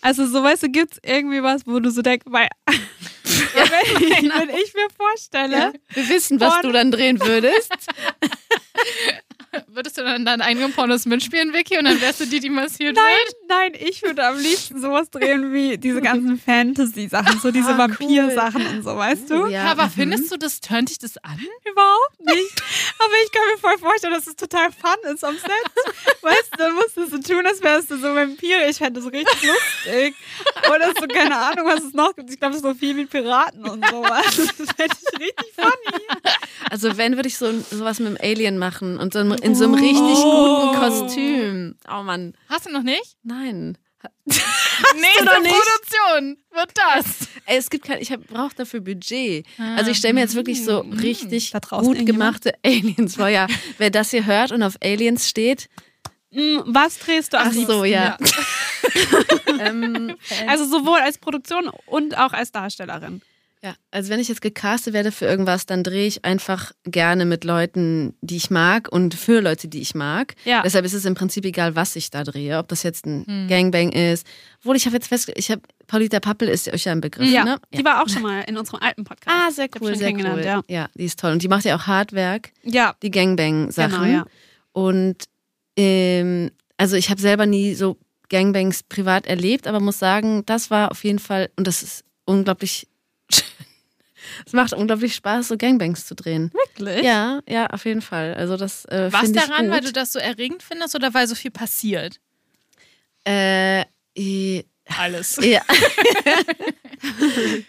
Speaker 2: Also so weißt du, gibt's irgendwie was, wo du so denkst, weil (laughs) wenn, wenn ich mir vorstelle,
Speaker 3: Wir wissen, was du dann drehen würdest.
Speaker 1: Würdest du dann deinen eigenen Pornos mitspielen, Vicky, und dann wärst du die, die massiert wird?
Speaker 2: nein, ich würde am liebsten sowas drehen wie diese ganzen Fantasy-Sachen, so diese Vampir-Sachen und so, weißt (laughs) du?
Speaker 3: Ja. mhm.
Speaker 1: Aber findest du das, tönt dich das an?
Speaker 2: Überhaupt nicht. Aber ich kann mir voll vorstellen, dass es total fun ist am Set. Weißt du, dann musst du so tun, als wärst du so Vampir. Ich fände das richtig lustig. Oder so, keine Ahnung, was es noch gibt. Ich glaube, so viel wie Piraten und sowas. Das fände ich richtig funny.
Speaker 3: Also wenn, würde ich so ein- sowas mit dem Alien machen und so in, in so einem richtig
Speaker 2: Oh.
Speaker 3: guten Kostüm. Oh Mann,
Speaker 1: Hast du noch nicht?
Speaker 3: nein.
Speaker 1: Nächste
Speaker 3: noch nicht?
Speaker 1: Produktion wird das.
Speaker 3: Ey, es gibt kein, ich brauche dafür Budget.
Speaker 2: Ah,
Speaker 3: Also ich stelle mir jetzt wirklich so
Speaker 2: hm.
Speaker 3: richtig
Speaker 2: Da draußen
Speaker 3: gut gemachte (laughs) Aliens vor. Ja, wer das hier hört und auf Aliens steht,
Speaker 2: Mm, Was drehst du
Speaker 3: ach so, ja. ähm,
Speaker 2: (laughs) Also sowohl als Produktion und auch als Darstellerin.
Speaker 3: Ja, also wenn ich jetzt gecastet werde für irgendwas, dann drehe ich einfach gerne mit Leuten, die ich mag und für Leute, die ich mag.
Speaker 2: Ja. Hm.
Speaker 3: Deshalb ist es im Prinzip egal, was ich da drehe, ob das jetzt ein Gangbang ist. Obwohl ich habe jetzt festgestellt, ich habe Paulita Pappel ist euch ja ein Begriff,
Speaker 2: Ja,
Speaker 3: ne?
Speaker 2: die war auch schon mal in unserem alten Podcast.
Speaker 3: Ah, sehr
Speaker 2: Ich hab
Speaker 3: cool,
Speaker 2: schon
Speaker 3: sehr
Speaker 2: kennengelernt,
Speaker 3: cool.
Speaker 2: ja.
Speaker 3: die ist toll und die macht ja auch Hardwerk,
Speaker 2: Ja,
Speaker 3: die Gangbang Sachen.
Speaker 2: genau, ja.
Speaker 3: Und ähm, also ich habe selber nie so Gangbangs privat erlebt, aber muss sagen, das war auf jeden Fall, und das ist unglaublich (laughs) schön. Es macht unglaublich Spaß, so Gangbangs zu drehen.
Speaker 2: Wirklich?
Speaker 3: Ja, ja, auf jeden Fall. Also das äh,
Speaker 1: Was
Speaker 3: find ich
Speaker 1: daran,
Speaker 3: gut.
Speaker 1: weil du das so erregend findest oder weil so viel passiert?
Speaker 3: Äh, eh,
Speaker 1: alles.
Speaker 3: (laughs) Ja.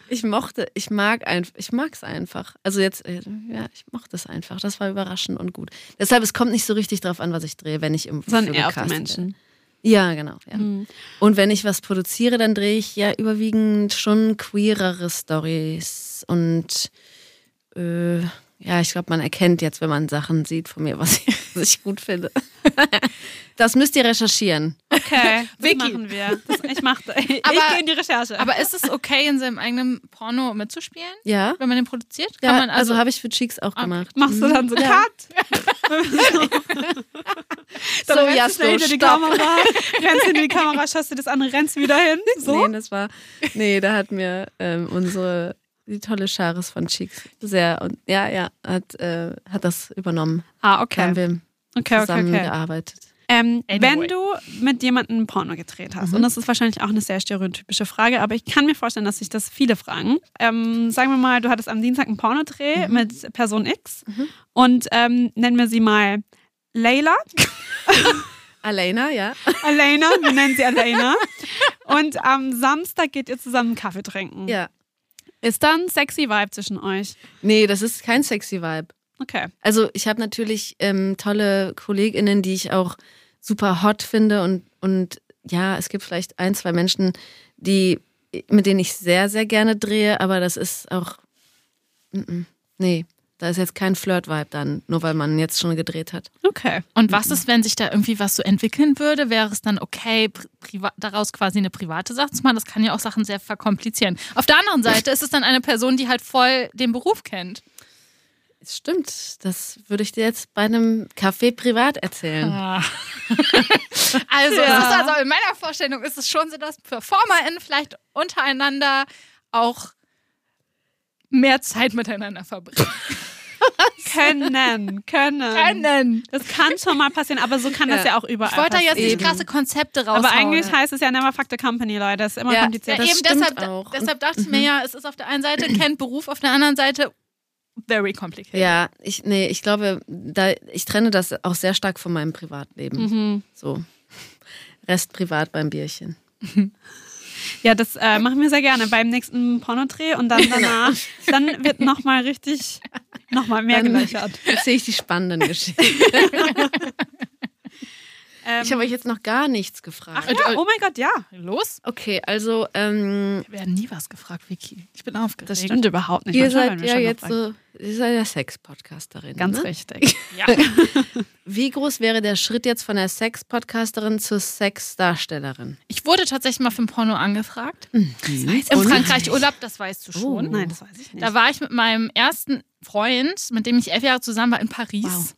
Speaker 3: ich mochte, ich mag einfach, ich mag es einfach. Also jetzt, äh, ja, ich mochte es einfach. Das war überraschend und gut. Deshalb, es kommt nicht so richtig drauf an, was ich drehe, wenn ich im
Speaker 5: Sondern
Speaker 3: für
Speaker 5: eher auf die
Speaker 3: gecastet
Speaker 5: Menschen.
Speaker 3: werde. Ja, genau. Ja.
Speaker 5: Mhm.
Speaker 3: Und wenn ich was produziere, dann drehe ich ja überwiegend schon queerere Stories und äh, ja, ich glaube, man erkennt jetzt, wenn man Sachen sieht von mir, was (laughs) ich, was ich
Speaker 2: (laughs)
Speaker 3: gut finde. das müsst ihr recherchieren.
Speaker 2: (laughs) Okay, das
Speaker 1: Vicky.
Speaker 2: machen wir. Das, ich (laughs) mach, ich
Speaker 1: Aber-
Speaker 2: gehe in die Recherche.
Speaker 1: Aber ist es okay, in seinem eigenen Porno mitzuspielen,
Speaker 3: Ja.
Speaker 1: wenn man den produziert? Kann
Speaker 3: Ja,
Speaker 1: man also,
Speaker 3: also habe ich für Cheeks
Speaker 2: Ah,
Speaker 3: auch gemacht.
Speaker 2: Machst du dann so Cut? (laughs)
Speaker 3: So,
Speaker 2: Dann rennst du
Speaker 3: ja,
Speaker 2: schnell
Speaker 3: so,
Speaker 2: hinter die
Speaker 3: stopp.
Speaker 2: (laughs) Kamera, rennst hinter die Kamera, schaust dir das an, rennst wieder hin. So.
Speaker 3: Nee, das war. Nee, da hat mir ähm, unsere die tolle Charis von Cheeks sehr und ja, ja, hat, äh, hat das übernommen.
Speaker 2: Ah,
Speaker 3: Da haben wir
Speaker 2: Okay, okay,
Speaker 3: zusammen
Speaker 2: okay.
Speaker 3: gearbeitet.
Speaker 2: Ähm,
Speaker 1: Anyway.
Speaker 2: Wenn du mit jemandem ein Porno gedreht hast, und das ist wahrscheinlich auch eine sehr stereotypische Frage, aber ich kann mir vorstellen, dass sich das viele fragen. Ähm, sagen wir mal, du hattest am Dienstag einen Pornodreh mit Person X und ähm, nennen wir sie mal Layla.
Speaker 3: Alena, ja.
Speaker 2: Elena, wir nennen sie Elena. Und am Samstag geht ihr zusammen Kaffee trinken.
Speaker 3: Ja.
Speaker 2: Ist da ein sexy Vibe zwischen euch?
Speaker 3: Nee, das ist kein sexy Vibe.
Speaker 2: Okay.
Speaker 3: Also ich habe natürlich ähm, tolle KollegInnen, die ich auch super hot finde und, und ja, es gibt vielleicht ein, zwei Menschen, die, mit denen ich sehr, sehr gerne drehe, aber das ist auch, mm, mm, nee, da ist jetzt kein Flirt-Vibe dann, nur weil man jetzt schon gedreht hat.
Speaker 2: Okay.
Speaker 1: und was ist, wenn sich da irgendwie was so entwickeln würde? Wäre es dann okay, pri- priva- daraus quasi eine private Sache zu machen? Das kann ja auch Sachen sehr verkomplizieren. Auf der anderen Seite ist es dann eine Person, die halt voll den Beruf kennt.
Speaker 3: Es stimmt, das würde ich dir jetzt bei einem Café privat (laughs) erzählen.
Speaker 1: (laughs) Also,
Speaker 2: Ah. Ja.
Speaker 1: es ist also in meiner Vorstellung ist es schon so, dass PerformerInnen vielleicht untereinander auch mehr Zeit miteinander verbringen
Speaker 2: Können, können.
Speaker 1: können.
Speaker 2: Das kann schon mal passieren, Ähm, aber so kann das ja auch überall
Speaker 1: Ich wollte da jetzt
Speaker 2: passieren.
Speaker 1: nicht krasse Konzepte raushauen.
Speaker 2: Aber eigentlich heißt es ja never fuck the company, Leute. Das ist immer
Speaker 3: Ja.
Speaker 1: ja,
Speaker 2: kompliziert.
Speaker 3: das
Speaker 1: eben
Speaker 3: stimmt
Speaker 1: deshalb,
Speaker 3: auch.
Speaker 1: deshalb dachte ich mir ja, es ist auf der einen Seite kennt Beruf, auf der anderen Seite very complicated.
Speaker 3: Ja, ich, nee, ich glaube, da, ich trenne das auch sehr stark von meinem Privatleben. So. Rest privat beim Bierchen.
Speaker 2: Ja, das äh, machen wir sehr gerne beim nächsten Pornodreh und
Speaker 3: Genau.
Speaker 2: dann danach. dann wird nochmal richtig, nochmal mehr
Speaker 3: Dann- (laughs)
Speaker 2: gelöchert.
Speaker 3: Erzähle ich die spannenden Geschichten.
Speaker 2: Ähm,
Speaker 3: Ich äh, habe euch jetzt noch gar nichts
Speaker 2: ach
Speaker 3: gefragt.
Speaker 2: ja, oh mein Gott, ja.
Speaker 1: Los?
Speaker 3: Okay, also ähm,
Speaker 1: Wir werden nie was gefragt, Vicky. Ich bin aufgeregt.
Speaker 2: überhaupt nicht.
Speaker 3: ihr
Speaker 2: Manchmal
Speaker 3: seid
Speaker 2: werden wir
Speaker 3: ja
Speaker 2: schon
Speaker 3: jetzt
Speaker 2: gefragt.
Speaker 3: so, ihr seid ja Sex-Podcasterin.
Speaker 2: Ganz
Speaker 3: ne?
Speaker 2: richtig.
Speaker 1: Ja.
Speaker 3: Wie groß wäre der Schritt jetzt von der Sex-Podcasterin zur Sex-Darstellerin?
Speaker 1: Ich wurde tatsächlich mal für ein Porno angefragt. Im Frankreich Urlaub, das weißt du schon.
Speaker 2: Mhm. Oh, Nein, das weiß ich nicht.
Speaker 1: Da war ich mit meinem ersten Freund, mit dem ich elf Jahre zusammen war, in Paris.
Speaker 3: Wow.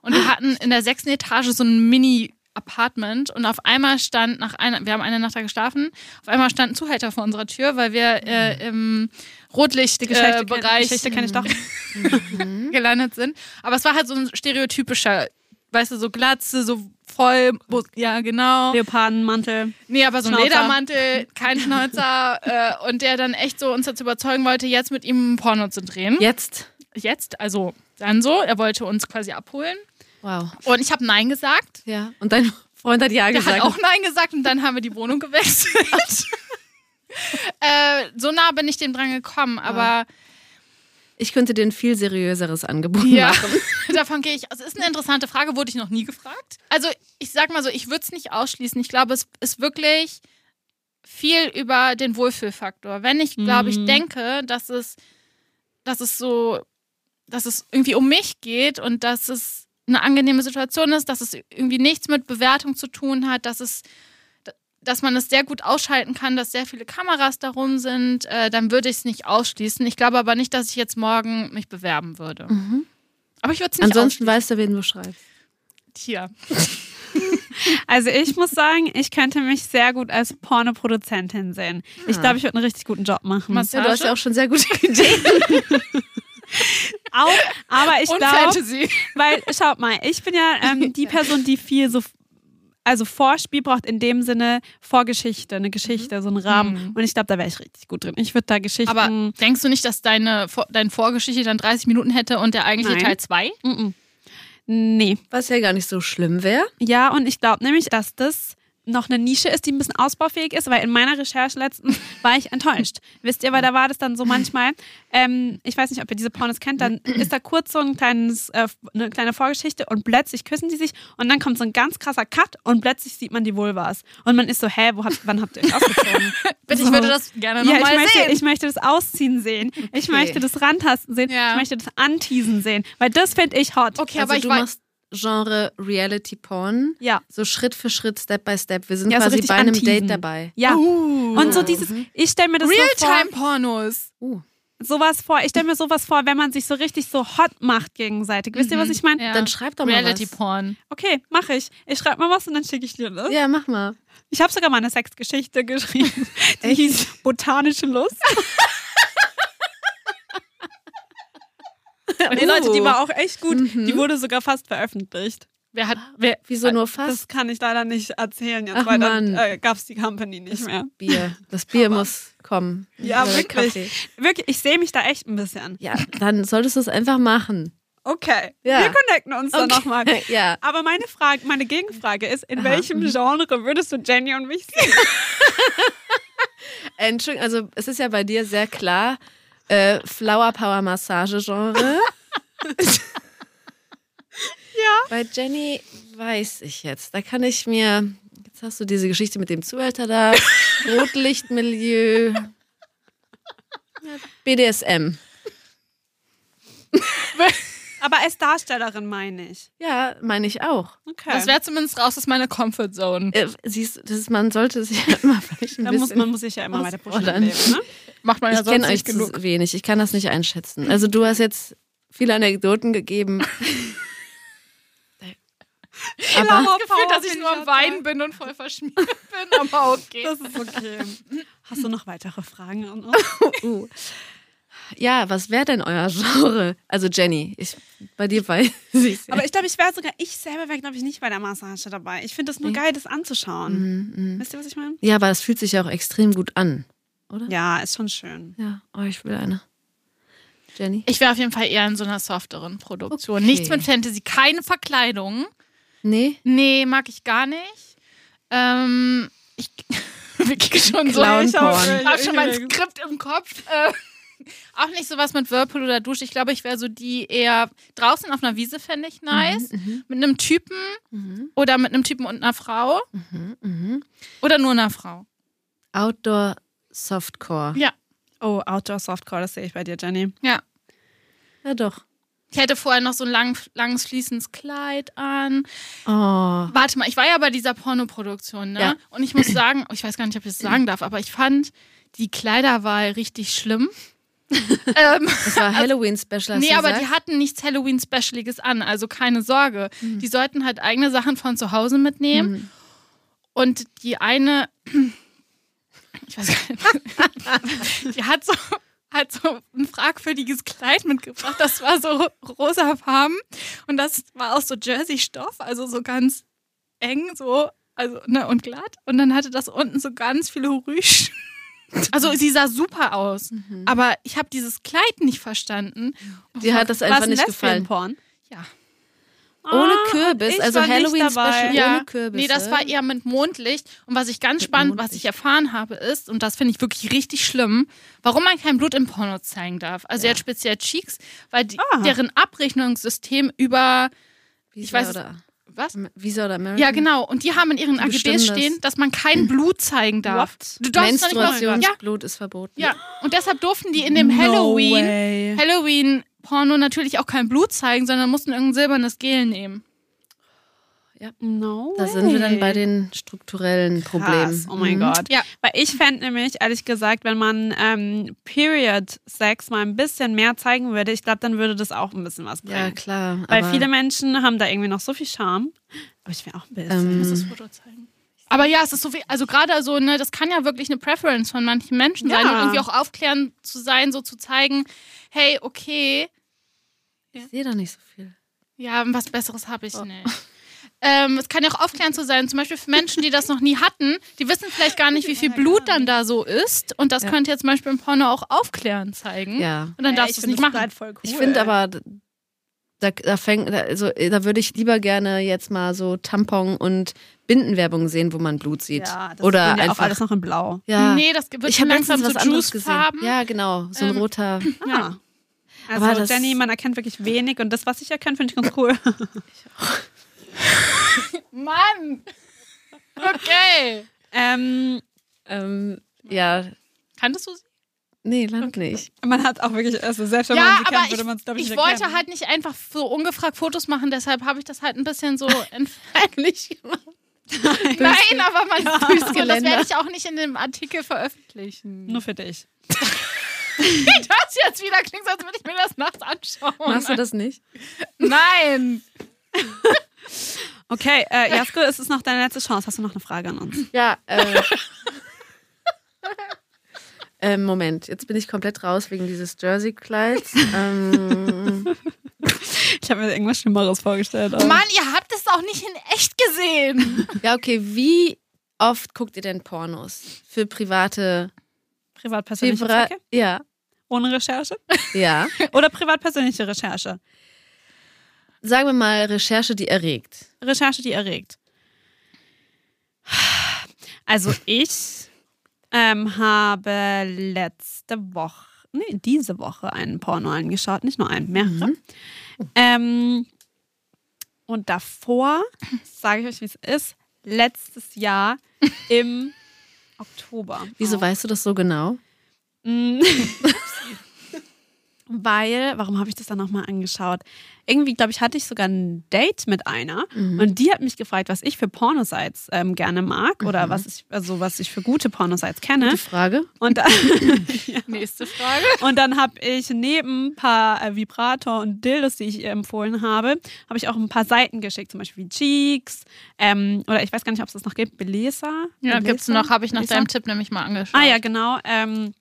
Speaker 1: Und wir hatten in der sechsten Etage so ein Mini-Apartment und auf einmal stand nach einer, wir haben eine Nacht da geschlafen, auf einmal stand ein Zuhälter vor unserer Tür, weil wir äh, im Rotlichtbereich äh,
Speaker 2: Geschichte, kenn-
Speaker 1: Bereich
Speaker 2: Geschichte kenne
Speaker 1: (laughs)
Speaker 2: ich doch.
Speaker 1: gelandet sind. Aber es war halt so ein stereotypischer, weißt du, so Glatze, so voll, Bus- ja genau.
Speaker 2: Leopardenmantel.
Speaker 1: Nee, aber so ein
Speaker 2: Schnauzer.
Speaker 1: Ledermantel, kein Schnäuzer äh, und der dann echt so uns dazu überzeugen wollte, jetzt mit ihm ein Porno zu drehen
Speaker 3: Jetzt?
Speaker 1: jetzt, also dann so, er wollte uns quasi abholen.
Speaker 3: Wow.
Speaker 1: Und ich habe Nein gesagt.
Speaker 3: Ja. Und dein Freund hat ja
Speaker 1: Der
Speaker 3: gesagt.
Speaker 1: hat auch Nein gesagt und dann haben wir die Wohnung gewechselt. äh, so nah bin ich dem dran gekommen, aber
Speaker 3: ich könnte dir ein viel seriöseres Angebot
Speaker 1: ja,
Speaker 3: machen.
Speaker 1: (laughs) davon gehe ich. Also ist eine interessante Frage, wurde ich noch nie gefragt. Also ich sag mal so, ich würde es nicht ausschließen. Ich glaube, es ist wirklich viel über den Wohlfühlfaktor. Wenn ich, glaube ich, denke, dass es, dass es so dass es irgendwie um mich geht und dass es eine angenehme Situation ist, dass es irgendwie nichts mit Bewertung zu tun hat, dass es dass man es sehr gut ausschalten kann, dass sehr viele Kameras darum sind, äh, dann würde ich es nicht ausschließen. Ich glaube aber nicht, dass ich jetzt morgen mich bewerben würde. Aber ich würde es nicht
Speaker 3: Mhm. Ansonsten Mhm. weißt du, wen du schreibst.
Speaker 1: ausschließen. Hier.
Speaker 2: Also ich muss sagen, ich könnte mich sehr gut als Pornoproduzentin sehen.
Speaker 1: Ah.
Speaker 2: Ich glaube, ich würde einen richtig guten Job machen.
Speaker 1: Massage
Speaker 3: Ja, du hast ja auch schon sehr gute (laughs) Ideen.
Speaker 2: Auch,
Speaker 1: (laughs)
Speaker 2: aber ich
Speaker 1: und
Speaker 2: glaube,
Speaker 1: Fantasy.
Speaker 2: Weil, schaut mal, ich bin ja
Speaker 1: (laughs)
Speaker 2: ähm, die Person, die viel so. Also Vorspiel braucht in dem Sinne Vorgeschichte, eine Geschichte, so einen Rahmen. Und ich glaube, da wäre ich richtig gut drin. Ich würde da Geschichten.
Speaker 1: Mhm. Aber
Speaker 3: Mhm.
Speaker 1: denkst du nicht, dass deine, Vor- deine Vorgeschichte dann 30 Minuten hätte und der eigentliche
Speaker 2: Nein.
Speaker 1: Teil 2?
Speaker 2: Mm-mm. nee.
Speaker 3: Was ja gar nicht so schlimm wäre.
Speaker 2: Ja, und ich glaube nämlich, dass das noch eine Nische ist, die ein bisschen ausbaufähig ist, weil in meiner
Speaker 1: (laughs)
Speaker 2: Recherche letztens war ich enttäuscht. Wisst ihr, weil da war das dann so manchmal, ähm, ich weiß nicht, ob ihr diese Pornos kennt, dann ist da kurz so ein kleines, äh, eine kleine Vorgeschichte und plötzlich küssen die sich und dann kommt so ein ganz krasser Cut und plötzlich sieht man die Vulvas. Und man ist so, hä, wo habt, wann habt ihr euch ausgezogen?
Speaker 1: (laughs) Bitte, ich
Speaker 2: So.
Speaker 1: würde das gerne
Speaker 2: Ja,
Speaker 1: nochmal
Speaker 2: ich möchte,
Speaker 1: sehen.
Speaker 2: ich möchte das Ausziehen sehen. Ich möchte das Rantasten sehen.
Speaker 1: Ja.
Speaker 2: Ich möchte das Anteasen sehen. Weil das finde ich hot.
Speaker 1: okay,
Speaker 3: also
Speaker 1: aber ich
Speaker 3: du
Speaker 1: weiß.
Speaker 3: machst Genre Reality Porn.
Speaker 2: Ja.
Speaker 3: So Schritt für Schritt, Step by Step. Wir sind
Speaker 2: Ja, so
Speaker 3: quasi
Speaker 2: richtig
Speaker 3: bei einem
Speaker 2: anteasen.
Speaker 3: Date dabei.
Speaker 1: Uh.
Speaker 2: Ja.
Speaker 3: Uh.
Speaker 2: Und
Speaker 3: Mhm.
Speaker 2: so dieses, ich stelle mir das so vor,
Speaker 1: Realtime-Pornos.
Speaker 2: sowas vor, ich stelle mir sowas vor, wenn man sich so richtig so hot macht gegenseitig. Wisst ihr,
Speaker 3: Mhm.
Speaker 2: was ich meine?
Speaker 1: Ja.
Speaker 3: Dann schreib doch mal was.
Speaker 1: Reality-Porn.
Speaker 2: Okay, mache ich. Ich schreibe mal was und dann schicke ich dir das.
Speaker 3: Ja, mach mal.
Speaker 2: Ich habe sogar mal eine Sexgeschichte
Speaker 3: (laughs)
Speaker 2: geschrieben. Die hieß Botanische Lust. Nee, Leute,
Speaker 3: Oh.
Speaker 2: die war auch echt gut.
Speaker 3: Mhm.
Speaker 2: Die wurde sogar fast veröffentlicht.
Speaker 1: Wer hat, wer,
Speaker 3: Wieso nur fast?
Speaker 2: Äh, Das kann ich leider nicht erzählen jetzt,
Speaker 3: Ach,
Speaker 2: weil dann
Speaker 3: Mann.
Speaker 2: äh, gab es die Company nicht mehr.
Speaker 3: Bier. Das Bier muss kommen.
Speaker 2: Ja,
Speaker 3: Oder Kaffee.
Speaker 2: wirklich. Wirklich, ich sehe mich da echt ein bisschen.
Speaker 3: Ja, dann solltest du es einfach machen.
Speaker 2: Okay,
Speaker 3: Ja.
Speaker 2: wir connecten uns dann
Speaker 3: Okay.
Speaker 2: nochmal.
Speaker 3: (laughs) Ja.
Speaker 2: Aber meine Frage, meine Gegenfrage ist, in welchem Genre würdest du Jenny und mich sehen?
Speaker 3: Entschuldigung, also es ist ja bei dir sehr klar äh, Flower Power Massage
Speaker 2: (laughs)
Speaker 3: Genre. ja. Bei Jenny weiß ich jetzt. Da kann ich mir. Jetzt hast du diese Geschichte mit dem
Speaker 2: (laughs)
Speaker 3: Zuhälter da. Rotlichtmilieu. Ja, BDSM.
Speaker 2: (laughs) Aber als Darstellerin meine ich.
Speaker 3: Ja, meine ich auch.
Speaker 2: Okay.
Speaker 1: das wäre zumindest raus aus meiner Comfortzone.
Speaker 3: Äh, siehst, du, das ist, man sollte sich ja immer vielleicht ein
Speaker 2: da
Speaker 3: bisschen.
Speaker 2: muss man muss sich ja immer weiter pushen. im
Speaker 3: ausfordern.
Speaker 2: Leben, (laughs) Ne?
Speaker 1: Macht man ja
Speaker 3: ich kenne
Speaker 1: sonst
Speaker 3: euch
Speaker 1: nicht
Speaker 3: zu
Speaker 1: genug.
Speaker 3: wenig. Ich kann das nicht einschätzen. Also du hast jetzt viele Anekdoten
Speaker 1: (laughs)
Speaker 3: gegeben. Aber
Speaker 1: Ich gefühlt, dass ich nur am Weinen bin und voll (laughs) verschmiert bin, aber okay.
Speaker 2: Das ist okay. Hast du noch weitere Fragen an uns?
Speaker 3: uh, ja, was wäre denn euer Genre? Also Jenny, ich, bei dir weiß
Speaker 2: (laughs)
Speaker 3: ich
Speaker 2: Aber ich glaube, ich wäre sogar, ich selber wäre, glaube ich, nicht bei der Massage dabei. Ich finde das nur geil, das anzuschauen. Wisst ihr, was ich meine?
Speaker 3: Ja, aber es fühlt sich ja auch extrem gut an.
Speaker 2: Ja, ist schon schön.
Speaker 3: Ja, oh, ich will eine. Jenny?
Speaker 1: Ich wäre auf jeden Fall eher in so einer softeren Produktion.
Speaker 3: Okay.
Speaker 1: Nichts mit Fantasy, keine Verkleidung.
Speaker 3: Nee?
Speaker 1: Nee, mag ich gar nicht. Ähm, ich (laughs) wirklich schon so.
Speaker 3: Clown
Speaker 1: Ich hab-
Speaker 3: Porn.
Speaker 1: Ich hab schon mein Skript im Kopf. Äh, (laughs) auch nicht sowas mit Whirlpool oder Dusche. Ich glaube, ich wäre so die eher draußen auf einer Wiese fände ich nice.
Speaker 3: Mhm,
Speaker 1: Mit einem Typen oder mit einem Typen und einer Frau.
Speaker 3: Mhm,
Speaker 1: Oder nur einer Frau.
Speaker 3: Outdoor Softcore.
Speaker 1: Ja,
Speaker 2: Oh, Outdoor Softcore, das sehe ich bei dir, Jenny.
Speaker 1: ja.
Speaker 3: Ja, doch.
Speaker 1: Ich hätte vorher noch so ein lang, langes fließendes Kleid an.
Speaker 3: Oh.
Speaker 1: Warte mal, ich war ja bei dieser Pornoproduktion, ne?
Speaker 3: Ja.
Speaker 1: Und ich muss sagen, ich weiß gar nicht, ob ich das sagen darf, aber ich fand die Kleiderwahl richtig schlimm. ähm, (laughs)
Speaker 3: Das war Halloween-Special. hast
Speaker 1: nee,
Speaker 3: du
Speaker 1: aber die
Speaker 3: gesagt?
Speaker 1: hatten nichts Halloween-Specialiges an, also keine Sorge.
Speaker 3: Hm.
Speaker 1: Die sollten halt eigene Sachen von zu Hause mitnehmen. Und die eine, (clears throat) ich weiß gar
Speaker 3: (laughs)
Speaker 1: nicht, die hat so, hat so ein fragwürdiges Kleid mitgebracht. Das war so rosafarben und das war auch so Jersey-Stoff, also so ganz eng so also, ne, und glatt. Und dann hatte das unten so ganz viele
Speaker 3: (laughs)
Speaker 1: Rüschen. Also sie sah super aus,
Speaker 3: Mhm.
Speaker 1: aber ich habe dieses Kleid nicht verstanden.
Speaker 3: die hat das
Speaker 2: War
Speaker 3: einfach
Speaker 2: es
Speaker 3: nicht gefallen.
Speaker 2: Lesbienporn?
Speaker 1: Ja.
Speaker 3: Ohne
Speaker 2: Ah,
Speaker 3: Kürbis,
Speaker 2: ich
Speaker 3: also
Speaker 2: war nicht dabei.
Speaker 3: Halloween-Special
Speaker 1: Ja,
Speaker 3: ohne Kürbis.
Speaker 1: nee, das war eher mit Mondlicht. Und was ich ganz spannend, was ich erfahren habe, ist, und das finde ich wirklich richtig schlimm, warum man kein Blut im Porno zeigen darf. Also jetzt speziell Cheeks, weil die,
Speaker 2: Ah.
Speaker 1: deren Abrechnungssystem über
Speaker 3: Visa
Speaker 1: ich weiß es-
Speaker 3: oder,
Speaker 1: was?
Speaker 3: Visa oder American.
Speaker 1: Ja, genau. Und die haben in ihren
Speaker 3: bestimmen
Speaker 1: AGBs
Speaker 3: das.
Speaker 1: stehen, dass man kein Blut zeigen darf.
Speaker 2: What?
Speaker 1: Du darfst doch nicht mal. Ja,
Speaker 3: Menstruationsblut ist verboten.
Speaker 1: ja. Und deshalb durften die in dem Halloween,
Speaker 2: way.
Speaker 1: Halloween Porno natürlich auch kein Blut zeigen, sondern mussten irgendein silbernes Gel nehmen.
Speaker 2: No
Speaker 3: Da sind wir dann
Speaker 2: way.
Speaker 3: bei den strukturellen
Speaker 2: Krass,
Speaker 3: Problemen.
Speaker 2: Oh mein
Speaker 3: Mhm.
Speaker 2: Gott.
Speaker 1: Ja.
Speaker 2: Weil ich fände nämlich, ehrlich gesagt, wenn man ähm, Period-Sex mal ein bisschen mehr zeigen würde, ich glaube, dann würde das auch ein bisschen was
Speaker 3: Ja,
Speaker 2: bringen.
Speaker 3: klar.
Speaker 2: Weil
Speaker 3: aber
Speaker 2: viele Menschen haben da irgendwie noch so viel Charme. Aber ich wäre auch ein
Speaker 3: Ähm,
Speaker 2: bisschen.
Speaker 1: Ich muss das Foto zeigen. Aber ja, es ist so viel, also gerade so, ne, das kann ja wirklich eine Preference von manchen Menschen sein
Speaker 2: Ja.
Speaker 1: und irgendwie auch aufklären zu sein, so zu zeigen, hey, okay,
Speaker 3: Ich sehe da nicht so viel.
Speaker 1: ja, was Besseres habe ich nicht. Ähm, es kann ja auch aufklärend zu sein, zum Beispiel für Menschen, die das noch nie hatten, die wissen vielleicht gar nicht, wie viel Blut dann da so ist und das
Speaker 3: Ja.
Speaker 1: könnte jetzt zum Beispiel im Porno auch aufklärend zeigen
Speaker 3: Ja.
Speaker 1: und dann
Speaker 2: Ja,
Speaker 1: darfst
Speaker 2: ich
Speaker 1: du es
Speaker 2: find
Speaker 1: nicht
Speaker 2: das
Speaker 1: machen.
Speaker 2: Kleid voll cool.
Speaker 3: Ich finde aber, d- da, da, fäng, da, also, da würde ich lieber gerne jetzt mal so Tampon- und Bindenwerbung sehen, wo man Blut sieht.
Speaker 2: Ja, das
Speaker 3: Oder
Speaker 2: sind ja
Speaker 3: einfach.
Speaker 2: auch alles noch in Blau.
Speaker 3: ja.
Speaker 1: Nee, das wird
Speaker 3: ich
Speaker 1: schon
Speaker 3: habe letztens
Speaker 1: langsam so
Speaker 3: was anderes gesehen.
Speaker 1: Juice-Farben.
Speaker 3: Ja, genau. So ein
Speaker 1: Ähm, (laughs)
Speaker 3: roter.
Speaker 2: Ja. Also
Speaker 3: Aber das-
Speaker 2: Jenny, man erkennt wirklich wenig und das, was ich erkenne, finde ich ganz
Speaker 3: (laughs)
Speaker 2: cool.
Speaker 1: Mann! Okay.
Speaker 2: ähm,
Speaker 3: Ähm, ja,
Speaker 1: Kanntest du sie?
Speaker 3: nee, leider nicht.
Speaker 2: man hat auch wirklich, also selbst wenn
Speaker 1: Ja,
Speaker 2: man sie
Speaker 1: aber
Speaker 2: kennt,
Speaker 1: ich,
Speaker 2: würde man es, glaube ich,
Speaker 1: ich
Speaker 2: nicht
Speaker 1: wollte
Speaker 2: erkennen.
Speaker 1: halt nicht einfach so ungefragt Fotos machen, deshalb habe ich das halt ein bisschen (laughs) so entfernlich gemacht. Nein, aber (laughs) man
Speaker 3: durchs
Speaker 1: Und das
Speaker 3: Geländer.
Speaker 1: werde ich auch nicht in dem Artikel veröffentlichen.
Speaker 2: Nur für dich.
Speaker 1: Wie das jetzt wieder klingt, als würde ich mir das nachts anschauen.
Speaker 3: Machst du das nicht?
Speaker 1: Nein.
Speaker 2: Okay, äh, Jasko, es ist noch deine letzte Chance. Hast du noch eine Frage an uns?
Speaker 3: Ja, äh. ähm, Moment, jetzt bin ich komplett raus wegen dieses
Speaker 2: (laughs)
Speaker 3: Jersey-Kleids. ähm,
Speaker 2: (laughs) Ich habe mir irgendwas Schlimmeres vorgestellt. aber-
Speaker 1: Mann, ihr habt es auch nicht in echt gesehen.
Speaker 3: ja, okay, wie oft guckt ihr denn Pornos? Für private.
Speaker 2: Privatpersönliche
Speaker 3: Priva
Speaker 2: Zwecke?
Speaker 3: ja,
Speaker 2: Ohne Recherche? (laughs)
Speaker 3: ja.
Speaker 2: Oder privatpersönliche Recherche?
Speaker 3: Sagen wir mal, Recherche, die erregt.
Speaker 2: Recherche, die erregt. Also ich ähm, habe letzte Woche, nee, diese Woche einen Porno angeschaut, nicht nur einen, mehrere. Ähm, und davor, sage ich euch, wie es ist, letztes Jahr im Oktober.
Speaker 3: Wieso
Speaker 2: auch.
Speaker 3: weißt du das so genau?
Speaker 2: Mm. Weil, warum habe ich das dann nochmal angeschaut? Irgendwie, glaube ich, hatte ich sogar ein Date mit einer und die hat mich gefragt, was ich für Pornosites ähm, gerne mag oder was ich, also was ich für gute Pornosites kenne.
Speaker 3: Gute Frage.
Speaker 2: Und, da-
Speaker 1: Nächste Frage.
Speaker 2: und dann habe ich neben ein paar äh, Vibrator und Dildos, die ich ihr empfohlen habe, habe ich auch ein paar Seiten geschickt, zum Beispiel wie Cheeks ähm, oder ich weiß gar nicht, ob es das noch gibt, Belesa.
Speaker 1: Ja, gibt's noch, habe ich nach
Speaker 2: Belesa?
Speaker 1: deinem Tipp nämlich mal angeschaut.
Speaker 2: Ah ja, genau. Ähm,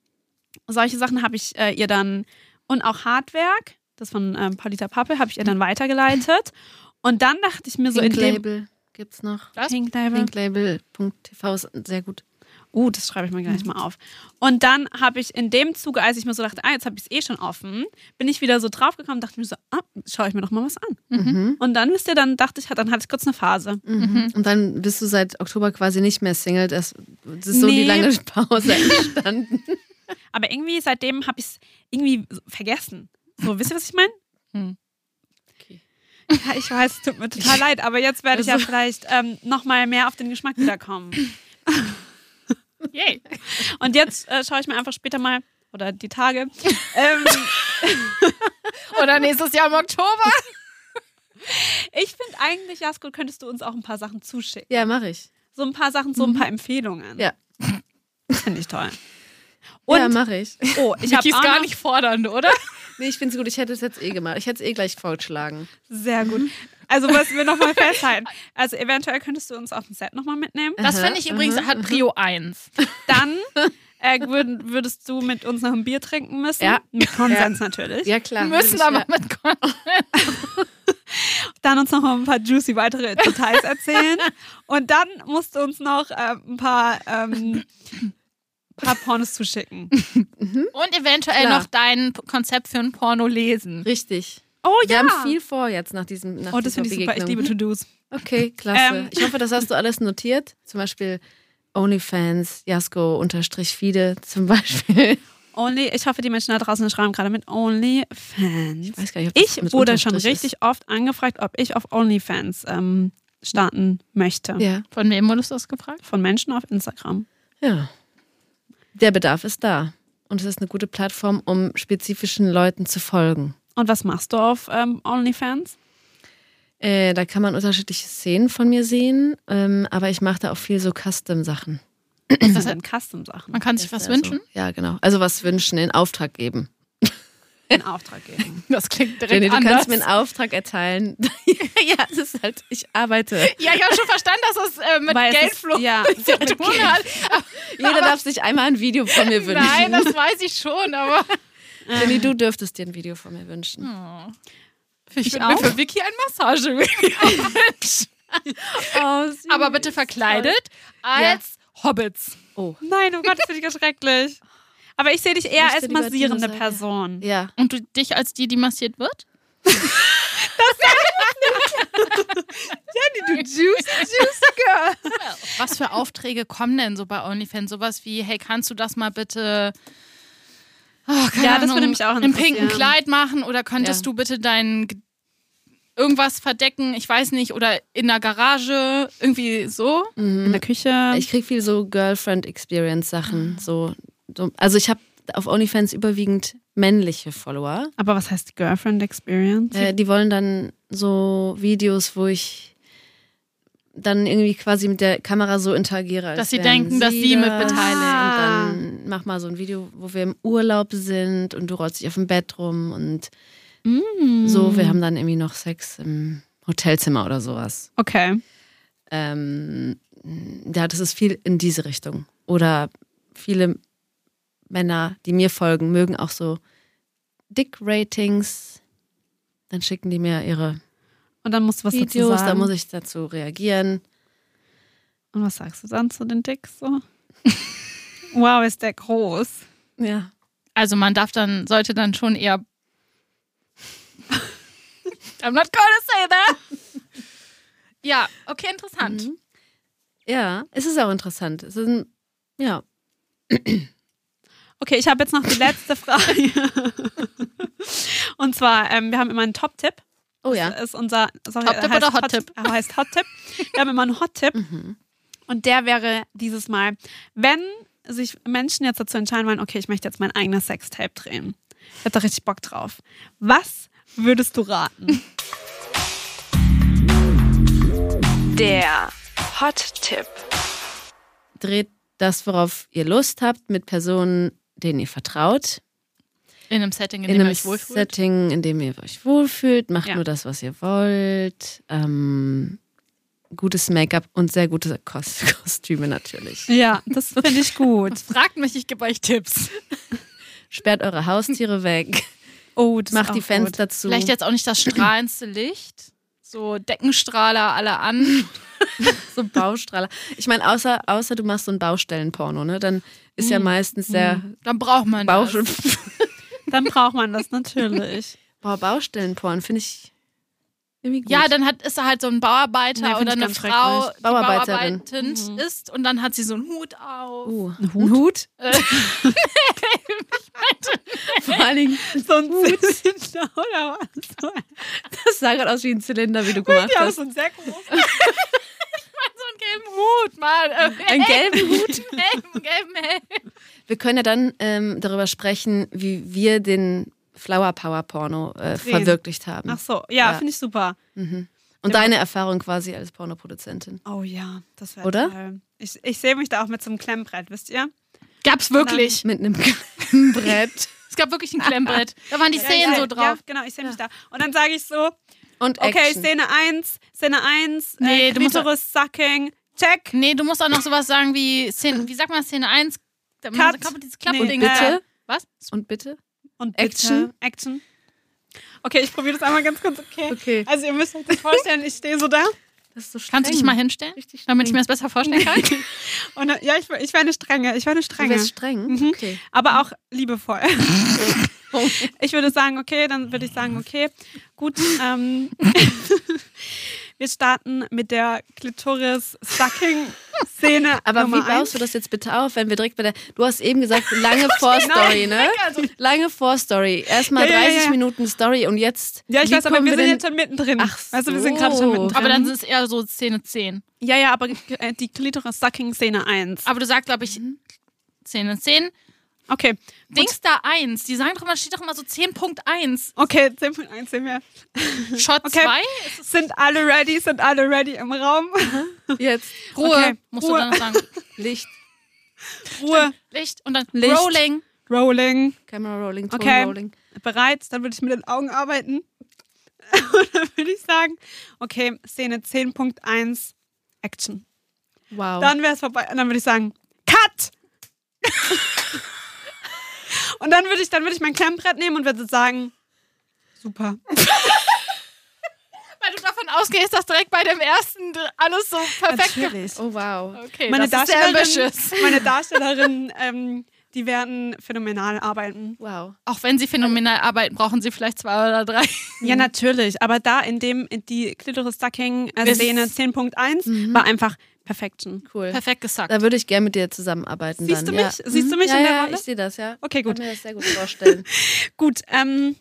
Speaker 2: solche Sachen habe ich äh, ihr dann und auch Hardwerk, das von ähm, Paulita Pappe, habe ich ihr dann weitergeleitet. Und dann dachte ich mir (laughs) so
Speaker 3: Mhm. Pink
Speaker 2: in dem
Speaker 3: Label gibt's noch.
Speaker 1: Was?
Speaker 2: Pink Label.
Speaker 3: Pinklabel.tv ist sehr gut.
Speaker 2: Uh, das schreibe ich mir
Speaker 3: Mhm.
Speaker 2: gleich mal auf. Und dann habe ich in dem Zuge, als ich mir so dachte, ah, jetzt habe ich es eh schon offen, bin ich wieder so draufgekommen, dachte mir so, ah, schaue ich mir doch mal was an.
Speaker 3: Mhm.
Speaker 2: Und dann wisst ihr, dann dachte ich, dann hatte ich kurz eine Phase.
Speaker 3: Mhm. Und dann bist du seit Oktober quasi nicht mehr Single. Das, das ist so die
Speaker 2: Nee.
Speaker 3: lange
Speaker 2: (laughs)
Speaker 3: Pause entstanden.
Speaker 2: Aber irgendwie seitdem habe ich es irgendwie so vergessen. So, wisst ihr, was ich meine?
Speaker 1: Hm.
Speaker 3: Okay.
Speaker 2: Ja, ich weiß, tut mir total leid, aber jetzt werde ich ja
Speaker 3: Also-
Speaker 2: vielleicht ähm, nochmal mehr auf den Geschmack wiederkommen.
Speaker 1: Yay.
Speaker 2: Und jetzt äh, schaue ich mir einfach später mal, oder die Tage,
Speaker 3: (laughs)
Speaker 2: ähm,
Speaker 1: (laughs) Oder nächstes Jahr im Oktober.
Speaker 2: ich finde eigentlich, Jasko, könntest du uns auch ein paar Sachen zuschicken.
Speaker 3: ja, mache ich.
Speaker 2: So ein paar Sachen,
Speaker 1: Mhm.
Speaker 2: so ein paar Empfehlungen.
Speaker 3: Ja.
Speaker 2: Das finde ich toll. Und,
Speaker 3: ja, mache ich.
Speaker 2: oh, ich habe
Speaker 1: Vicky ist
Speaker 2: auch
Speaker 1: gar
Speaker 2: noch,
Speaker 1: nicht fordernd, oder?
Speaker 3: Nee, ich finde es gut. Ich hätte es jetzt eh gemacht. Ich hätte es eh gleich vorgeschlagen.
Speaker 2: sehr gut. Also, was wir nochmal festhalten. Also, eventuell könntest du uns auf dem Set nochmal mitnehmen.
Speaker 1: Das
Speaker 3: Aha,
Speaker 1: finde ich übrigens,
Speaker 3: aha,
Speaker 1: hat Prio 1.
Speaker 2: Dann äh, würden, würdest du mit uns noch ein Bier trinken müssen.
Speaker 3: Ja.
Speaker 2: Mit Konsens natürlich.
Speaker 3: Ja, klar.
Speaker 1: Müssen
Speaker 3: Würde ich-
Speaker 1: aber mit Kon-
Speaker 2: Dann uns noch mal ein paar juicy weitere Details erzählen. Und dann musst du uns noch äh, ein paar, ähm, paar Pornos zuschicken.
Speaker 1: Und eventuell
Speaker 3: Klar.
Speaker 1: noch dein P- Konzept für ein Porno lesen.
Speaker 3: Richtig.
Speaker 2: Oh
Speaker 3: Wir haben viel vor jetzt nach diesem nach
Speaker 2: Oh, das
Speaker 3: dieser
Speaker 2: finde ich super. Ich
Speaker 3: Begegnung.
Speaker 2: liebe To-Dos.
Speaker 3: Okay, klasse.
Speaker 2: Ähm.
Speaker 3: Ich hoffe, das hast du alles notiert. Zum Beispiel OnlyFans, Jasko unterstrich Fide zum Beispiel.
Speaker 2: Only, ich hoffe, die Menschen da draußen schreiben gerade mit OnlyFans.
Speaker 3: Ich weiß gar nicht, ob das
Speaker 2: Ich
Speaker 3: mit
Speaker 2: wurde schon
Speaker 3: Unterstrich
Speaker 2: richtig oft angefragt, ob ich auf OnlyFans ähm, starten möchte.
Speaker 3: Ist. Ja.
Speaker 1: Von wem wurdest du das gefragt?
Speaker 2: Von Menschen auf Instagram.
Speaker 3: Ja. Der Bedarf ist da. Und es ist eine gute Plattform, um spezifischen Leuten zu folgen.
Speaker 2: Und was machst du auf ähm, OnlyFans?
Speaker 3: Äh, da kann man unterschiedliche Szenen von mir sehen, ähm, aber ich mache da auch viel so Custom-Sachen.
Speaker 2: Das halt sind Custom-Sachen.
Speaker 1: Man kann sich was
Speaker 3: Also,
Speaker 1: wünschen.
Speaker 3: Ja, genau. Also was wünschen, in Auftrag geben.
Speaker 2: In Auftrag geben.
Speaker 1: Das klingt direkt
Speaker 3: Jenny, du
Speaker 1: anders.
Speaker 3: kannst mir einen
Speaker 1: (laughs)
Speaker 3: Auftrag erteilen. ja, das ist halt, ich arbeite.
Speaker 1: ja, ich habe schon verstanden, dass das äh, (laughs) mit
Speaker 2: Weil es ist-
Speaker 1: Geldflucht
Speaker 2: Ja,
Speaker 1: zu tun hat.
Speaker 3: Jeder darf sich einmal ein Video von mir wünschen.
Speaker 1: (laughs) Nein, das weiß ich schon, aber
Speaker 3: Jenny, du dürftest dir ein Video von mir
Speaker 1: Hm.
Speaker 3: wünschen.
Speaker 1: ich,
Speaker 2: würd
Speaker 1: würde
Speaker 2: mir
Speaker 1: mir für Vicky ein Massage
Speaker 3: Oh,
Speaker 1: Aber bitte verkleidet als Hobbits.
Speaker 3: oh.
Speaker 2: Nein, oh Gott, das finde ich ganz schrecklich. Aber ich sehe dich eher
Speaker 3: Möchte
Speaker 2: als
Speaker 3: lieber
Speaker 2: massierende
Speaker 3: Dinosaurier.
Speaker 2: Person.
Speaker 3: Ja.
Speaker 1: Und du dich als die, die massiert wird?
Speaker 2: Du Juicy, Juicy Girl.
Speaker 1: Was für Aufträge kommen denn so bei OnlyFans? Sowas wie, hey, kannst du das mal bitte oh, keine
Speaker 2: Ja, das
Speaker 1: Ahnung,
Speaker 2: würde mich auch
Speaker 1: im pinken
Speaker 2: interessieren.
Speaker 1: Kleid machen oder könntest
Speaker 3: Ja.
Speaker 1: du bitte dein G- irgendwas verdecken, ich weiß nicht, oder in der Garage, irgendwie so?
Speaker 2: In der Küche.
Speaker 3: Ich krieg viel so
Speaker 1: Ah.
Speaker 3: Girlfriend-Experience-Sachen. So, so, also ich habe auf OnlyFans überwiegend männliche Follower.
Speaker 2: aber was heißt Girlfriend Experience?
Speaker 3: Äh, die wollen dann so Videos, wo ich dann irgendwie quasi mit der Kamera so interagiere. als
Speaker 1: Dass sie
Speaker 3: wären
Speaker 1: denken, dass sie mit
Speaker 3: das.
Speaker 1: beteiligt.
Speaker 2: Ah.
Speaker 3: Und dann mach mal so ein Video, wo wir im Urlaub sind und du rollst dich auf dem Bett rum und
Speaker 1: Mm.
Speaker 3: so, wir haben dann irgendwie noch Sex im Hotelzimmer oder sowas.
Speaker 2: Okay.
Speaker 3: Ähm, ja, das ist viel in diese Richtung. Oder viele Männer, die mir folgen, mögen auch so Dick-Ratings. Dann schicken die mir ihre
Speaker 2: Und dann musst du was dazu
Speaker 3: Videos,
Speaker 2: sagen.
Speaker 3: da muss ich dazu reagieren.
Speaker 2: Und was sagst du dann zu den Dicks so? (laughs) wow, ist der groß.
Speaker 3: Ja.
Speaker 1: Also man darf dann, sollte dann schon eher. (laughs) I'm not gonna say that. Ja, okay, interessant.
Speaker 3: Mhm. Ja, es ist auch interessant. Es ist ein, ja.
Speaker 2: Okay, ich habe jetzt noch die letzte Frage. Und zwar, ähm, wir haben immer einen Top-Tipp.
Speaker 3: Oh
Speaker 2: Das Äh, ist unser sorry,
Speaker 1: Top-Tipp
Speaker 2: heißt
Speaker 1: oder Hot-Tipp?
Speaker 2: Hot, Mhm. heißt (laughs) Hot-Tipp. Wir haben immer einen Hot-Tipp. Und der wäre dieses Mal, wenn sich Menschen jetzt dazu entscheiden wollen, okay, ich möchte jetzt mein eigenes Sextape drehen. Ich habe da richtig Bock drauf. Was würdest du raten?
Speaker 4: Der Hot-Tipp.
Speaker 3: Dreht das, worauf ihr Lust habt, mit Personen, denen ihr vertraut.
Speaker 1: In einem Setting, in,
Speaker 3: in
Speaker 1: dem
Speaker 3: einem
Speaker 1: ihr euch wohlfühlt.
Speaker 3: Setting, in dem ihr euch wohlfühlt. Macht
Speaker 2: Ja.
Speaker 3: nur das, was ihr wollt. Ähm, gutes Make-up und sehr gute Kos (laughs) Kostüme natürlich.
Speaker 2: ja, das finde ich gut.
Speaker 1: Fragt mich, ich gebe euch Tipps.
Speaker 3: Sperrt eure Haustiere (laughs) weg.
Speaker 2: Oh, das ist auch
Speaker 3: Macht die
Speaker 2: gut.
Speaker 3: Fenster zu.
Speaker 1: Vielleicht jetzt auch nicht das strahlendste Licht. So Deckenstrahler alle an.
Speaker 3: so Baustrahler. Ich meine, außer, außer du machst so ein Baustellenporno, ne? Dann ist ja meistens der
Speaker 1: Dann braucht man
Speaker 3: Bauch
Speaker 1: das.
Speaker 2: Dann braucht man das (laughs) natürlich.
Speaker 3: Boah, Baustellenporn finde ich irgendwie (laughs) gut.
Speaker 1: Ja, dann hat, ist er halt so ein Bauarbeiter
Speaker 2: Nee, find
Speaker 1: oder
Speaker 2: ich
Speaker 1: eine
Speaker 2: ganz
Speaker 1: Frau,
Speaker 2: schrecklich.
Speaker 1: die
Speaker 3: Bauarbeiterin. Mhm.
Speaker 1: Bauarbeitend ist und dann hat sie so einen Hut auf.
Speaker 3: Uh, ein Hut? (laughs) Hut? Vor allen Dingen,
Speaker 2: so ein Zylinder (laughs) oder was?
Speaker 3: das sah gerade aus wie ein Zylinder, wie du gemacht
Speaker 2: Die haben
Speaker 3: hast.
Speaker 2: so ein sehr großes.
Speaker 1: So einen gelben Hut, mal. Äh, (laughs)
Speaker 3: Einen gelben Hut?
Speaker 1: gelben, gelben Helm.
Speaker 3: Wir können ja dann ähm, darüber sprechen, wie wir den Flower Power Porno äh, verwirklicht haben.
Speaker 2: Ach so, ja,
Speaker 3: Ja.
Speaker 2: finde ich super.
Speaker 3: Und deine Erfahrung quasi als Pornoproduzentin.
Speaker 2: Oh ja, das wäre
Speaker 3: Oder?
Speaker 2: Toll. Ich, ich sehe mich da auch mit so einem Klemmbrett, wisst ihr?
Speaker 1: Gab's wirklich.
Speaker 3: Mit einem
Speaker 2: (laughs)
Speaker 3: Brett
Speaker 1: Es gab wirklich ein Klemmbrett. (laughs) Da waren die
Speaker 2: Ja,
Speaker 1: Szenen
Speaker 2: ja,
Speaker 1: so drauf.
Speaker 2: Ja, genau, ich sehe mich da. Und dann sage ich so,
Speaker 3: und
Speaker 2: okay,
Speaker 3: Action.
Speaker 2: Szene 1, Szene 1,
Speaker 1: Nee,
Speaker 2: äh,
Speaker 1: du musst-
Speaker 2: Klitoris-Sucking, check.
Speaker 1: Nee, du musst auch noch sowas sagen wie Szene, wie sagt man Szene 1? Da
Speaker 2: Cut.
Speaker 1: kommt dieses Klappding.
Speaker 2: Nee,
Speaker 1: da.
Speaker 3: bitte?
Speaker 1: Was?
Speaker 3: Und bitte?
Speaker 2: Und
Speaker 3: Action.
Speaker 2: Bitte, Action. Okay, ich probiere das einmal ganz kurz, okay?
Speaker 3: Okay.
Speaker 2: Also ihr müsst euch das vorstellen, ich stehe so da
Speaker 3: Das ist so
Speaker 1: Kannst du dich mal hinstellen, damit ich mir das besser vorstellen kann?
Speaker 2: und dann, ja, ich, war- ich war eine Strenge, ich war eine
Speaker 3: Du
Speaker 2: Strenge.
Speaker 3: wärst streng?
Speaker 2: Mhm.
Speaker 3: Okay.
Speaker 2: aber auch liebevoll. (laughs) ich würde sagen, okay, dann würde ich sagen, okay, gut. Ähm, (laughs) wir starten mit der Klitoris-Sucking-Szene.
Speaker 3: (laughs) Aber
Speaker 2: Nummer
Speaker 3: wie baust du das jetzt bitte auf, wenn wir direkt bei der... Du hast
Speaker 2: (laughs)
Speaker 3: eben gesagt, lange Vorstory, ne?
Speaker 2: Also,
Speaker 3: Lange Vorstory. Erstmal
Speaker 2: Ja, ja, ja,
Speaker 3: 30
Speaker 2: ja.
Speaker 3: Minuten Story und jetzt...
Speaker 2: Ja, ich
Speaker 3: wie
Speaker 2: weiß, aber
Speaker 3: kommen
Speaker 2: wir sind
Speaker 3: denn-
Speaker 2: jetzt schon mittendrin.
Speaker 3: Ach
Speaker 2: Weißt du, wir sind
Speaker 3: so.
Speaker 2: gerade schon mittendrin.
Speaker 1: Aber dann ist es eher so Szene 10.
Speaker 2: ja, ja, aber äh, die Klitoris-Sucking-Szene 1.
Speaker 1: Aber du sagst, glaube ich, 10 in 10.
Speaker 2: Okay,
Speaker 1: Dings da 1. Die sagen doch immer, steht doch immer so 10.1.
Speaker 2: okay, 10.1 sehen wir.
Speaker 1: Shot
Speaker 2: Okay.
Speaker 1: 2.
Speaker 2: Sind alle ready, sind alle ready im Raum.
Speaker 3: Jetzt
Speaker 1: Ruhe,
Speaker 2: Okay.
Speaker 1: musst du
Speaker 2: Ruhe.
Speaker 1: dann noch
Speaker 2: (laughs)
Speaker 1: sagen.
Speaker 3: Licht,
Speaker 2: Ruhe,
Speaker 1: Licht und dann
Speaker 2: Licht.
Speaker 1: Rolling.
Speaker 2: Rolling.
Speaker 3: Camera Rolling, Ton
Speaker 2: Okay.
Speaker 3: Rolling.
Speaker 2: bereit, dann würde ich mit den Augen arbeiten. (laughs) Und dann würde ich sagen, okay, Szene 10.1, Action.
Speaker 1: Oh.
Speaker 3: Wow.
Speaker 2: Dann wäre es vorbei. Und dann würde ich sagen,
Speaker 1: (laughs)
Speaker 2: Cut! und dann würde ich, dann würde ich mein Klemmbrett nehmen und würde sagen, super.
Speaker 1: Weil du davon ausgehst, dass direkt bei dem ersten dr- alles so perfekt
Speaker 2: Natürlich.
Speaker 3: oh wow.
Speaker 2: (laughs)
Speaker 1: Okay,
Speaker 2: Meine
Speaker 1: das ist sehr
Speaker 2: (laughs) Darstellerin,
Speaker 1: ambitious.
Speaker 2: meine Darstellerin ähm, die werden phänomenal arbeiten.
Speaker 3: Wow.
Speaker 1: Auch wenn sie phänomenal arbeiten, brauchen sie vielleicht zwei oder drei.
Speaker 2: Ja, natürlich. Aber da in dem, in die äh, Clitoris-Ducking-Szene 10.1
Speaker 1: Mhm.
Speaker 2: war einfach Perfection.
Speaker 3: Cool.
Speaker 1: Perfekt gesagt.
Speaker 3: Da würde ich gerne mit dir zusammenarbeiten.
Speaker 2: Siehst
Speaker 3: dann.
Speaker 2: du
Speaker 3: Ja.
Speaker 2: mich?
Speaker 3: Mhm.
Speaker 2: Siehst du mich
Speaker 3: ja,
Speaker 2: in der
Speaker 3: ja,
Speaker 2: Rolle?
Speaker 3: Ich sehe das, ja.
Speaker 2: Okay, gut.
Speaker 3: Ich kann mir das sehr gut vorstellen.
Speaker 2: Gut, ähm,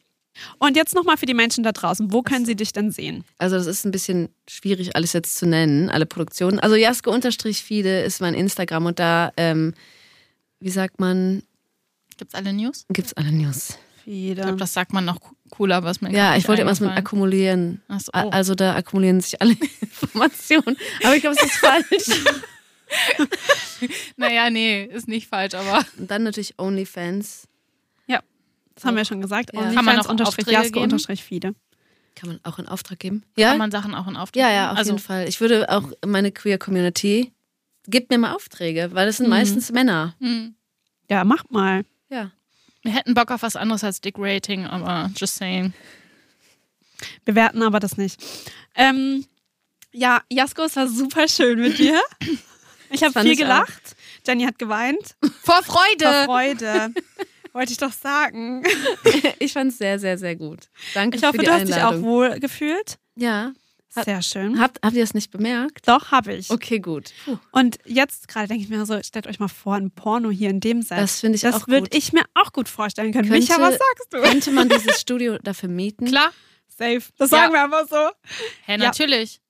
Speaker 2: und jetzt nochmal für die Menschen da draußen. Wo können sie dich denn sehen?
Speaker 3: Also das ist ein bisschen schwierig, alles jetzt zu nennen, alle Produktionen. Also Jaske-Fide ist mein Instagram und da, ähm, wie sagt man,
Speaker 1: Gibt's alle News?
Speaker 3: gibt's alle News.
Speaker 1: Ich glaube, das sagt man noch co- cooler, was man
Speaker 3: Ja, ich wollte immer was mit akkumulieren.
Speaker 1: Ach so.
Speaker 2: oh.
Speaker 3: A- Also da akkumulieren sich alle (laughs) Informationen. Aber ich glaube, es ist falsch.
Speaker 1: Naja, nee, ist nicht falsch,
Speaker 3: (laughs)
Speaker 1: aber
Speaker 3: Und dann natürlich OnlyFans.
Speaker 2: Das haben wir ja schon gesagt.
Speaker 3: Ja.
Speaker 2: Und
Speaker 1: Kann man noch
Speaker 2: unterstrich
Speaker 1: Aufträge
Speaker 2: Jasko
Speaker 1: geben?
Speaker 2: unterstrich Fide.
Speaker 3: Kann man auch in Auftrag geben? Ja,
Speaker 1: kann man Sachen auch in Auftrag
Speaker 3: ja, ja,
Speaker 1: geben?
Speaker 3: auf
Speaker 1: also,
Speaker 3: jeden Fall. Ich würde auch meine Queer-Community, gebt mir mal Aufträge, weil das
Speaker 1: Mhm.
Speaker 3: sind meistens Männer.
Speaker 1: mh,
Speaker 2: Ja, mach mal.
Speaker 1: (laughs)
Speaker 3: Ja.
Speaker 1: wir hätten Bock auf was anderes als Dick Rating, aber just saying.
Speaker 2: Bewerten aber das nicht. Ähm, ja, Jasko, es war super schön mit
Speaker 3: (clears throat)
Speaker 2: dir. Ich habe
Speaker 3: Fand
Speaker 2: viel
Speaker 3: ich auch.
Speaker 2: gelacht. Jenny hat geweint.
Speaker 1: Vor Freude!
Speaker 2: Vor Freude. Wollte ich doch sagen.
Speaker 3: Ich fand es sehr, sehr, sehr gut. Danke
Speaker 2: Ich hoffe,
Speaker 3: für die
Speaker 2: du hast dich auch
Speaker 3: Einladung.
Speaker 2: wohl gefühlt.
Speaker 3: Ja. Hat-
Speaker 2: Sehr schön.
Speaker 3: Habt, habt ihr das nicht bemerkt?
Speaker 2: Doch, habe ich.
Speaker 3: Okay, gut.
Speaker 2: Und jetzt gerade denke ich mir so, stellt euch mal vor, ein Porno hier in dem Set.
Speaker 3: Das finde ich
Speaker 2: das
Speaker 3: auch
Speaker 2: würde
Speaker 3: gut.
Speaker 2: ich mir auch gut vorstellen können. Micha, was
Speaker 3: Könnte-
Speaker 2: sagst du?
Speaker 3: Könnte man dieses Studio dafür mieten?
Speaker 1: Klar.
Speaker 2: Safe. Das sagen wir einfach so.
Speaker 1: Hä,
Speaker 2: Ja.
Speaker 1: natürlich.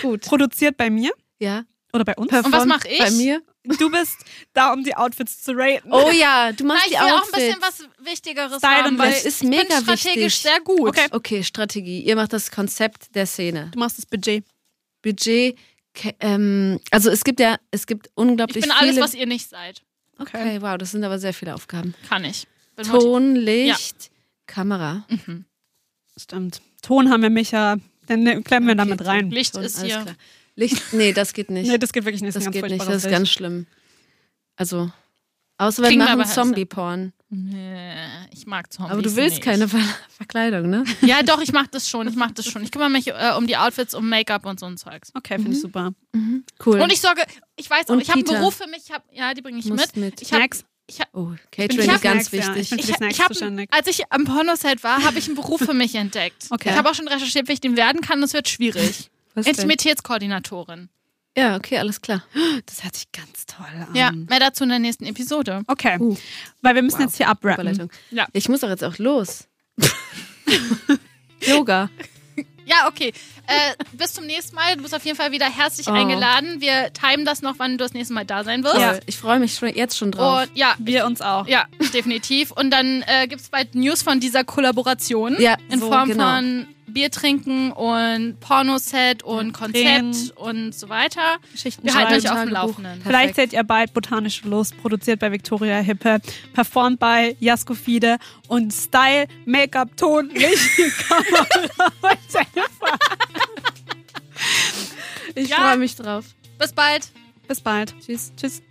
Speaker 3: Gut.
Speaker 2: Produziert bei mir
Speaker 3: Ja.
Speaker 2: oder bei uns.
Speaker 1: Und was
Speaker 3: Von-
Speaker 1: mach ich?
Speaker 3: Bei mir?
Speaker 2: Du bist da, um die Outfits zu raten.
Speaker 3: Oh ja, du
Speaker 1: Na, Ah, ich
Speaker 3: machst die
Speaker 1: will auch ein
Speaker 3: Outfits.
Speaker 1: bisschen was Wichtigeres
Speaker 2: Style
Speaker 1: haben,
Speaker 2: und
Speaker 1: weil
Speaker 3: das ist
Speaker 1: ich
Speaker 3: mega
Speaker 1: bin strategisch
Speaker 3: wichtig.
Speaker 1: sehr gut.
Speaker 2: Okay.
Speaker 3: Okay, Strategie. Ihr macht das Konzept der Szene.
Speaker 2: Du machst das Budget.
Speaker 3: Budget. ke- Ähm, also es gibt ja, es gibt unglaublich
Speaker 1: Ich bin alles,
Speaker 3: viele.
Speaker 1: was ihr nicht seid.
Speaker 3: okay, wow, das sind aber sehr viele Aufgaben.
Speaker 1: Kann ich. Bin motiv-
Speaker 3: Ton, Licht, Kamera.
Speaker 2: Stimmt. Ton haben wir Micha. Dann ne- klemmen wir damit rein.
Speaker 1: Licht
Speaker 3: Ton,
Speaker 1: ist
Speaker 3: alles
Speaker 1: hier.
Speaker 3: klar. Licht, nee, das geht nicht.
Speaker 2: Nee, das geht wirklich nicht.
Speaker 3: das
Speaker 2: ist ein
Speaker 3: geht
Speaker 2: ganz
Speaker 3: nicht, das
Speaker 2: furchtbares
Speaker 3: ist ganz schlimm. Also, außer wir
Speaker 1: Kriegen wir
Speaker 3: machen
Speaker 1: aber halt hin,
Speaker 3: Zombie-Porn.
Speaker 1: Nee, ich mag Zombies
Speaker 3: Aber du willst
Speaker 1: nicht.
Speaker 3: keine Ver Verkleidung, ne?
Speaker 1: Ja, doch, ich mach das schon. Ich mach das schon. Ich kümmere mich äh, um die Outfits, um Make-up und so ein Zeugs.
Speaker 2: Bild. Okay, finde
Speaker 3: Mhm.
Speaker 2: ich super.
Speaker 3: Cool.
Speaker 1: Und ich sorge, ich weiß auch,
Speaker 3: Und
Speaker 1: ich habe einen
Speaker 3: Kita.
Speaker 1: Beruf für mich, ich hab, ja, die bringe ich
Speaker 3: Musst
Speaker 1: mit.
Speaker 3: mit.
Speaker 1: Ich hab,
Speaker 2: Snacks.
Speaker 1: Ich hab,
Speaker 3: oh,
Speaker 2: Ich
Speaker 3: Catering
Speaker 2: bin
Speaker 3: ist ganz
Speaker 2: für Snacks, ja.
Speaker 3: wichtig.
Speaker 1: ich,
Speaker 2: Ich bin für
Speaker 1: hab-
Speaker 2: Snacks
Speaker 1: ich hab,
Speaker 2: zuständig.
Speaker 1: als ich am Pornoset war, habe ich einen Beruf für mich
Speaker 3: (laughs)
Speaker 1: entdeckt.
Speaker 2: Okay.
Speaker 1: Ich habe auch schon recherchiert, wie ich den werden kann. Das wird schwierig.
Speaker 3: Was denn?
Speaker 1: Intimitätskoordinatorin.
Speaker 3: Ja, okay, alles klar.
Speaker 2: Das hört sich ganz toll an.
Speaker 1: Ja, mehr dazu in der nächsten Episode.
Speaker 2: Okay.
Speaker 3: Uh.
Speaker 2: Weil wir müssen jetzt hier abrappen.
Speaker 3: Überleitung.
Speaker 1: Ja.
Speaker 3: Ich muss doch jetzt
Speaker 1: (laughs)
Speaker 3: auch los. Yoga.
Speaker 1: Ja, okay. Äh, bis zum nächsten Mal. Du bist auf jeden Fall wieder herzlich
Speaker 3: Oh.
Speaker 1: eingeladen. Wir timen das noch, wann du das nächste Mal da sein wirst.
Speaker 3: Toll. Ich freue mich schon, jetzt schon drauf.
Speaker 1: Und ja,
Speaker 2: Wir uns auch.
Speaker 1: ja, definitiv. Und dann äh, gibt es bald News von dieser Kollaboration.
Speaker 3: Ja,
Speaker 1: In
Speaker 3: so,
Speaker 1: Form
Speaker 3: genau.
Speaker 1: von Bier trinken und Pornoset und Konzept
Speaker 2: Tränen.
Speaker 1: und so weiter.
Speaker 2: Geschichten
Speaker 1: Wir halten
Speaker 2: schreiben.
Speaker 1: euch auf dem
Speaker 3: Tagebuch.
Speaker 1: Laufenden.
Speaker 3: Perfekt.
Speaker 2: Vielleicht seht ihr bald Botanische Lust, produziert bei Victoria Hippe, performt bei Jasko Fide und Style, Make-up, Ton, Licht, (laughs) Kamera und Telefon.
Speaker 3: Ich
Speaker 1: Ja.
Speaker 3: freue mich drauf.
Speaker 1: Bis bald.
Speaker 2: Bis bald. Tschüss. Tschüss.